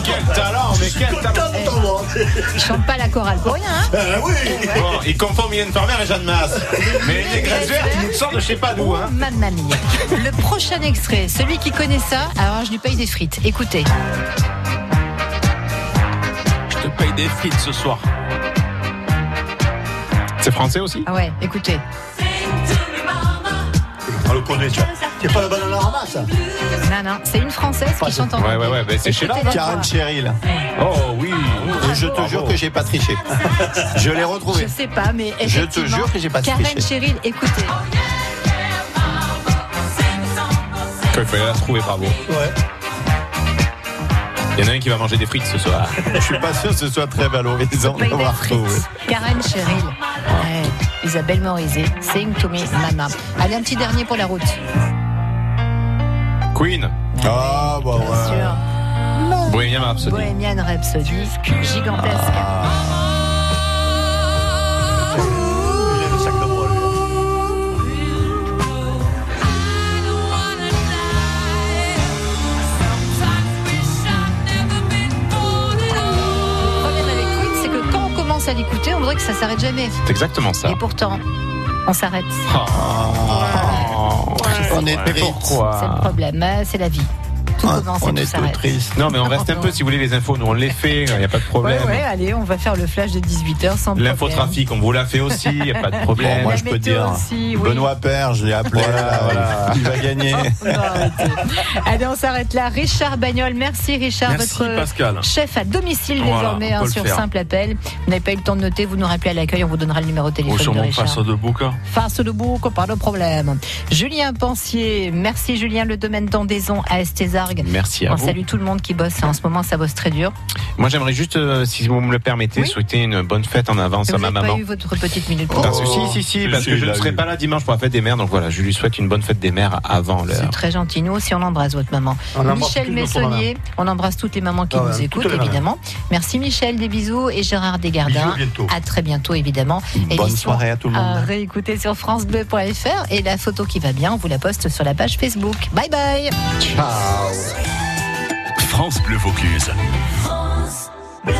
[SPEAKER 3] Quel talent, mais quel talent.
[SPEAKER 5] Content de t'avoir.
[SPEAKER 13] hein.
[SPEAKER 2] Il chante pas la chorale pour rien, hein
[SPEAKER 5] Ah oui
[SPEAKER 3] Bon, il confond Mylène Farmer et Jeanne Masse. Mais les graisses vertes, il nous sort de je sais pas d'où. Hein.
[SPEAKER 2] Mamma mia. Le prochain extrait, celui qui connaît ça, alors je lui paye des frites. Écoutez.
[SPEAKER 6] Je te paye des frites ce soir.
[SPEAKER 3] C'est français aussi
[SPEAKER 2] Ah ouais, écoutez.
[SPEAKER 5] On le connaît, tu vois. C'est pas la banane à rama, ça
[SPEAKER 2] Non, non, c'est une française qui chante en
[SPEAKER 3] Ouais, ouais, ouais, bah, c'est chez
[SPEAKER 2] Écoutez
[SPEAKER 3] là.
[SPEAKER 2] la
[SPEAKER 4] Karen
[SPEAKER 2] voix.
[SPEAKER 4] Cheryl.
[SPEAKER 3] Oh oui.
[SPEAKER 4] Et je te jure que j'ai pas triché. Je l'ai
[SPEAKER 2] Je
[SPEAKER 4] retrouvé.
[SPEAKER 2] sais pas, mais
[SPEAKER 4] Je te
[SPEAKER 2] effectivement,
[SPEAKER 4] jure que j'ai pas
[SPEAKER 2] Karen
[SPEAKER 4] triché.
[SPEAKER 2] Cheryl, écoutez.
[SPEAKER 3] Il fallait la trouver, bravo.
[SPEAKER 5] Ouais.
[SPEAKER 3] Il y en a un qui va manger des frites ce soir.
[SPEAKER 4] Je suis pas sûr que ce soit très valorisant
[SPEAKER 2] Paye des
[SPEAKER 4] d'avoir retrouvé.
[SPEAKER 2] frites. Karen Cheryl. Ouais. Isabelle Morizet, Sing to me, Mama. Allez, un petit dernier pour la route.
[SPEAKER 3] Queen,
[SPEAKER 4] Ah, bah
[SPEAKER 2] Bien
[SPEAKER 4] ouais.
[SPEAKER 2] sûr.
[SPEAKER 3] Bohemian Rhapsody.
[SPEAKER 2] Bohemian Rhapsody, gigantesque.
[SPEAKER 5] Il a le sac de bois, lui.
[SPEAKER 2] Le problème avec Queen, c'est que quand on commence à l'écouter, on dirait que ça s'arrête jamais.
[SPEAKER 3] C'est exactement ça.
[SPEAKER 2] Et pourtant, on s'arrête.
[SPEAKER 3] Oh.
[SPEAKER 4] On est
[SPEAKER 3] Mais
[SPEAKER 4] triste.
[SPEAKER 2] C'est le
[SPEAKER 3] pourquoi
[SPEAKER 2] problème, euh, c'est la vie. Tout
[SPEAKER 4] Ah,
[SPEAKER 2] commence et
[SPEAKER 4] On
[SPEAKER 2] tout
[SPEAKER 4] est tout
[SPEAKER 2] s'arrête.
[SPEAKER 4] triste.
[SPEAKER 3] Non, mais on reste un peu, si vous voulez, les infos, nous on les fait, il n'y a pas de
[SPEAKER 2] Ouais,
[SPEAKER 3] problème.
[SPEAKER 2] ouais, allez, on va faire le flash de 18h sans problème.
[SPEAKER 3] L'infotrafic, on vous la fait aussi, il n'y a pas de problème.
[SPEAKER 4] moi,
[SPEAKER 2] La
[SPEAKER 4] je peux
[SPEAKER 2] météo
[SPEAKER 4] dire,
[SPEAKER 2] aussi, oui.
[SPEAKER 4] Benoît Père, je l'ai appelé.
[SPEAKER 3] Voilà,
[SPEAKER 4] là,
[SPEAKER 3] voilà.
[SPEAKER 4] Il va gagner.
[SPEAKER 2] On va arrêter. Allez, on s'arrête là. Richard Bagnol, merci Richard,
[SPEAKER 6] Merci,
[SPEAKER 2] votre
[SPEAKER 6] Pascal.
[SPEAKER 2] chef à domicile
[SPEAKER 6] Voilà,
[SPEAKER 2] désormais
[SPEAKER 6] on
[SPEAKER 2] hein,
[SPEAKER 6] peut le
[SPEAKER 2] sur
[SPEAKER 6] faire.
[SPEAKER 2] simple appel. Vous n'avez pas eu le temps de noter, vous nous rappelez à l'accueil, on vous donnera le numéro de téléphone
[SPEAKER 6] Ou Oh, sur
[SPEAKER 2] de
[SPEAKER 6] mon
[SPEAKER 2] Richard.
[SPEAKER 6] face de Boca.
[SPEAKER 2] Face de bouc, pas de problème. Julien Pensier, merci Julien, le domaine d'Andaison à Estézargues.
[SPEAKER 3] Merci à
[SPEAKER 2] On
[SPEAKER 3] vous.
[SPEAKER 2] salue tout le monde qui bosse. hein. En ce moment, ça bosse très dur.
[SPEAKER 3] Moi, j'aimerais juste, euh, si vous me le permettez,
[SPEAKER 2] Oui.
[SPEAKER 3] souhaiter une bonne fête en avance
[SPEAKER 2] Et
[SPEAKER 3] à
[SPEAKER 2] vous
[SPEAKER 3] ma
[SPEAKER 2] n'avez
[SPEAKER 3] maman.
[SPEAKER 2] pas eu votre petite minute pour
[SPEAKER 3] Parce que
[SPEAKER 4] Oh.
[SPEAKER 3] si, si, si,
[SPEAKER 4] Si,
[SPEAKER 3] parce
[SPEAKER 4] si,
[SPEAKER 3] que
[SPEAKER 4] il
[SPEAKER 3] je ne
[SPEAKER 4] l'a
[SPEAKER 3] serai
[SPEAKER 4] eu.
[SPEAKER 3] pas là dimanche pour la fête des mères, donc voilà, je lui souhaite une bonne fête des mères avant
[SPEAKER 2] C'est
[SPEAKER 3] l'heure.
[SPEAKER 2] très gentil. Nous aussi, on embrasse votre maman.
[SPEAKER 5] On embrasse
[SPEAKER 2] Michel
[SPEAKER 5] tous nos mamans.
[SPEAKER 2] Messonnier, on embrasse toutes les mamans qui
[SPEAKER 5] Ah ouais,
[SPEAKER 2] nous
[SPEAKER 5] toutes
[SPEAKER 2] écoutent,
[SPEAKER 5] les mamans.
[SPEAKER 2] évidemment. Merci Michel, des bisous. Et Gérard
[SPEAKER 5] Bisous,
[SPEAKER 2] Desgardins.
[SPEAKER 5] à bientôt.
[SPEAKER 2] À très bientôt, évidemment. Et
[SPEAKER 4] Bonne
[SPEAKER 2] l'émission
[SPEAKER 4] soirée à tout le
[SPEAKER 2] à
[SPEAKER 4] monde.
[SPEAKER 2] réécouter sur FranceBleu.fr. Et la photo qui va bien, on vous la poste sur la page Facebook. Bye bye!
[SPEAKER 4] Ciao.
[SPEAKER 1] France Bleu Vaucluse.
[SPEAKER 13] France Bleu.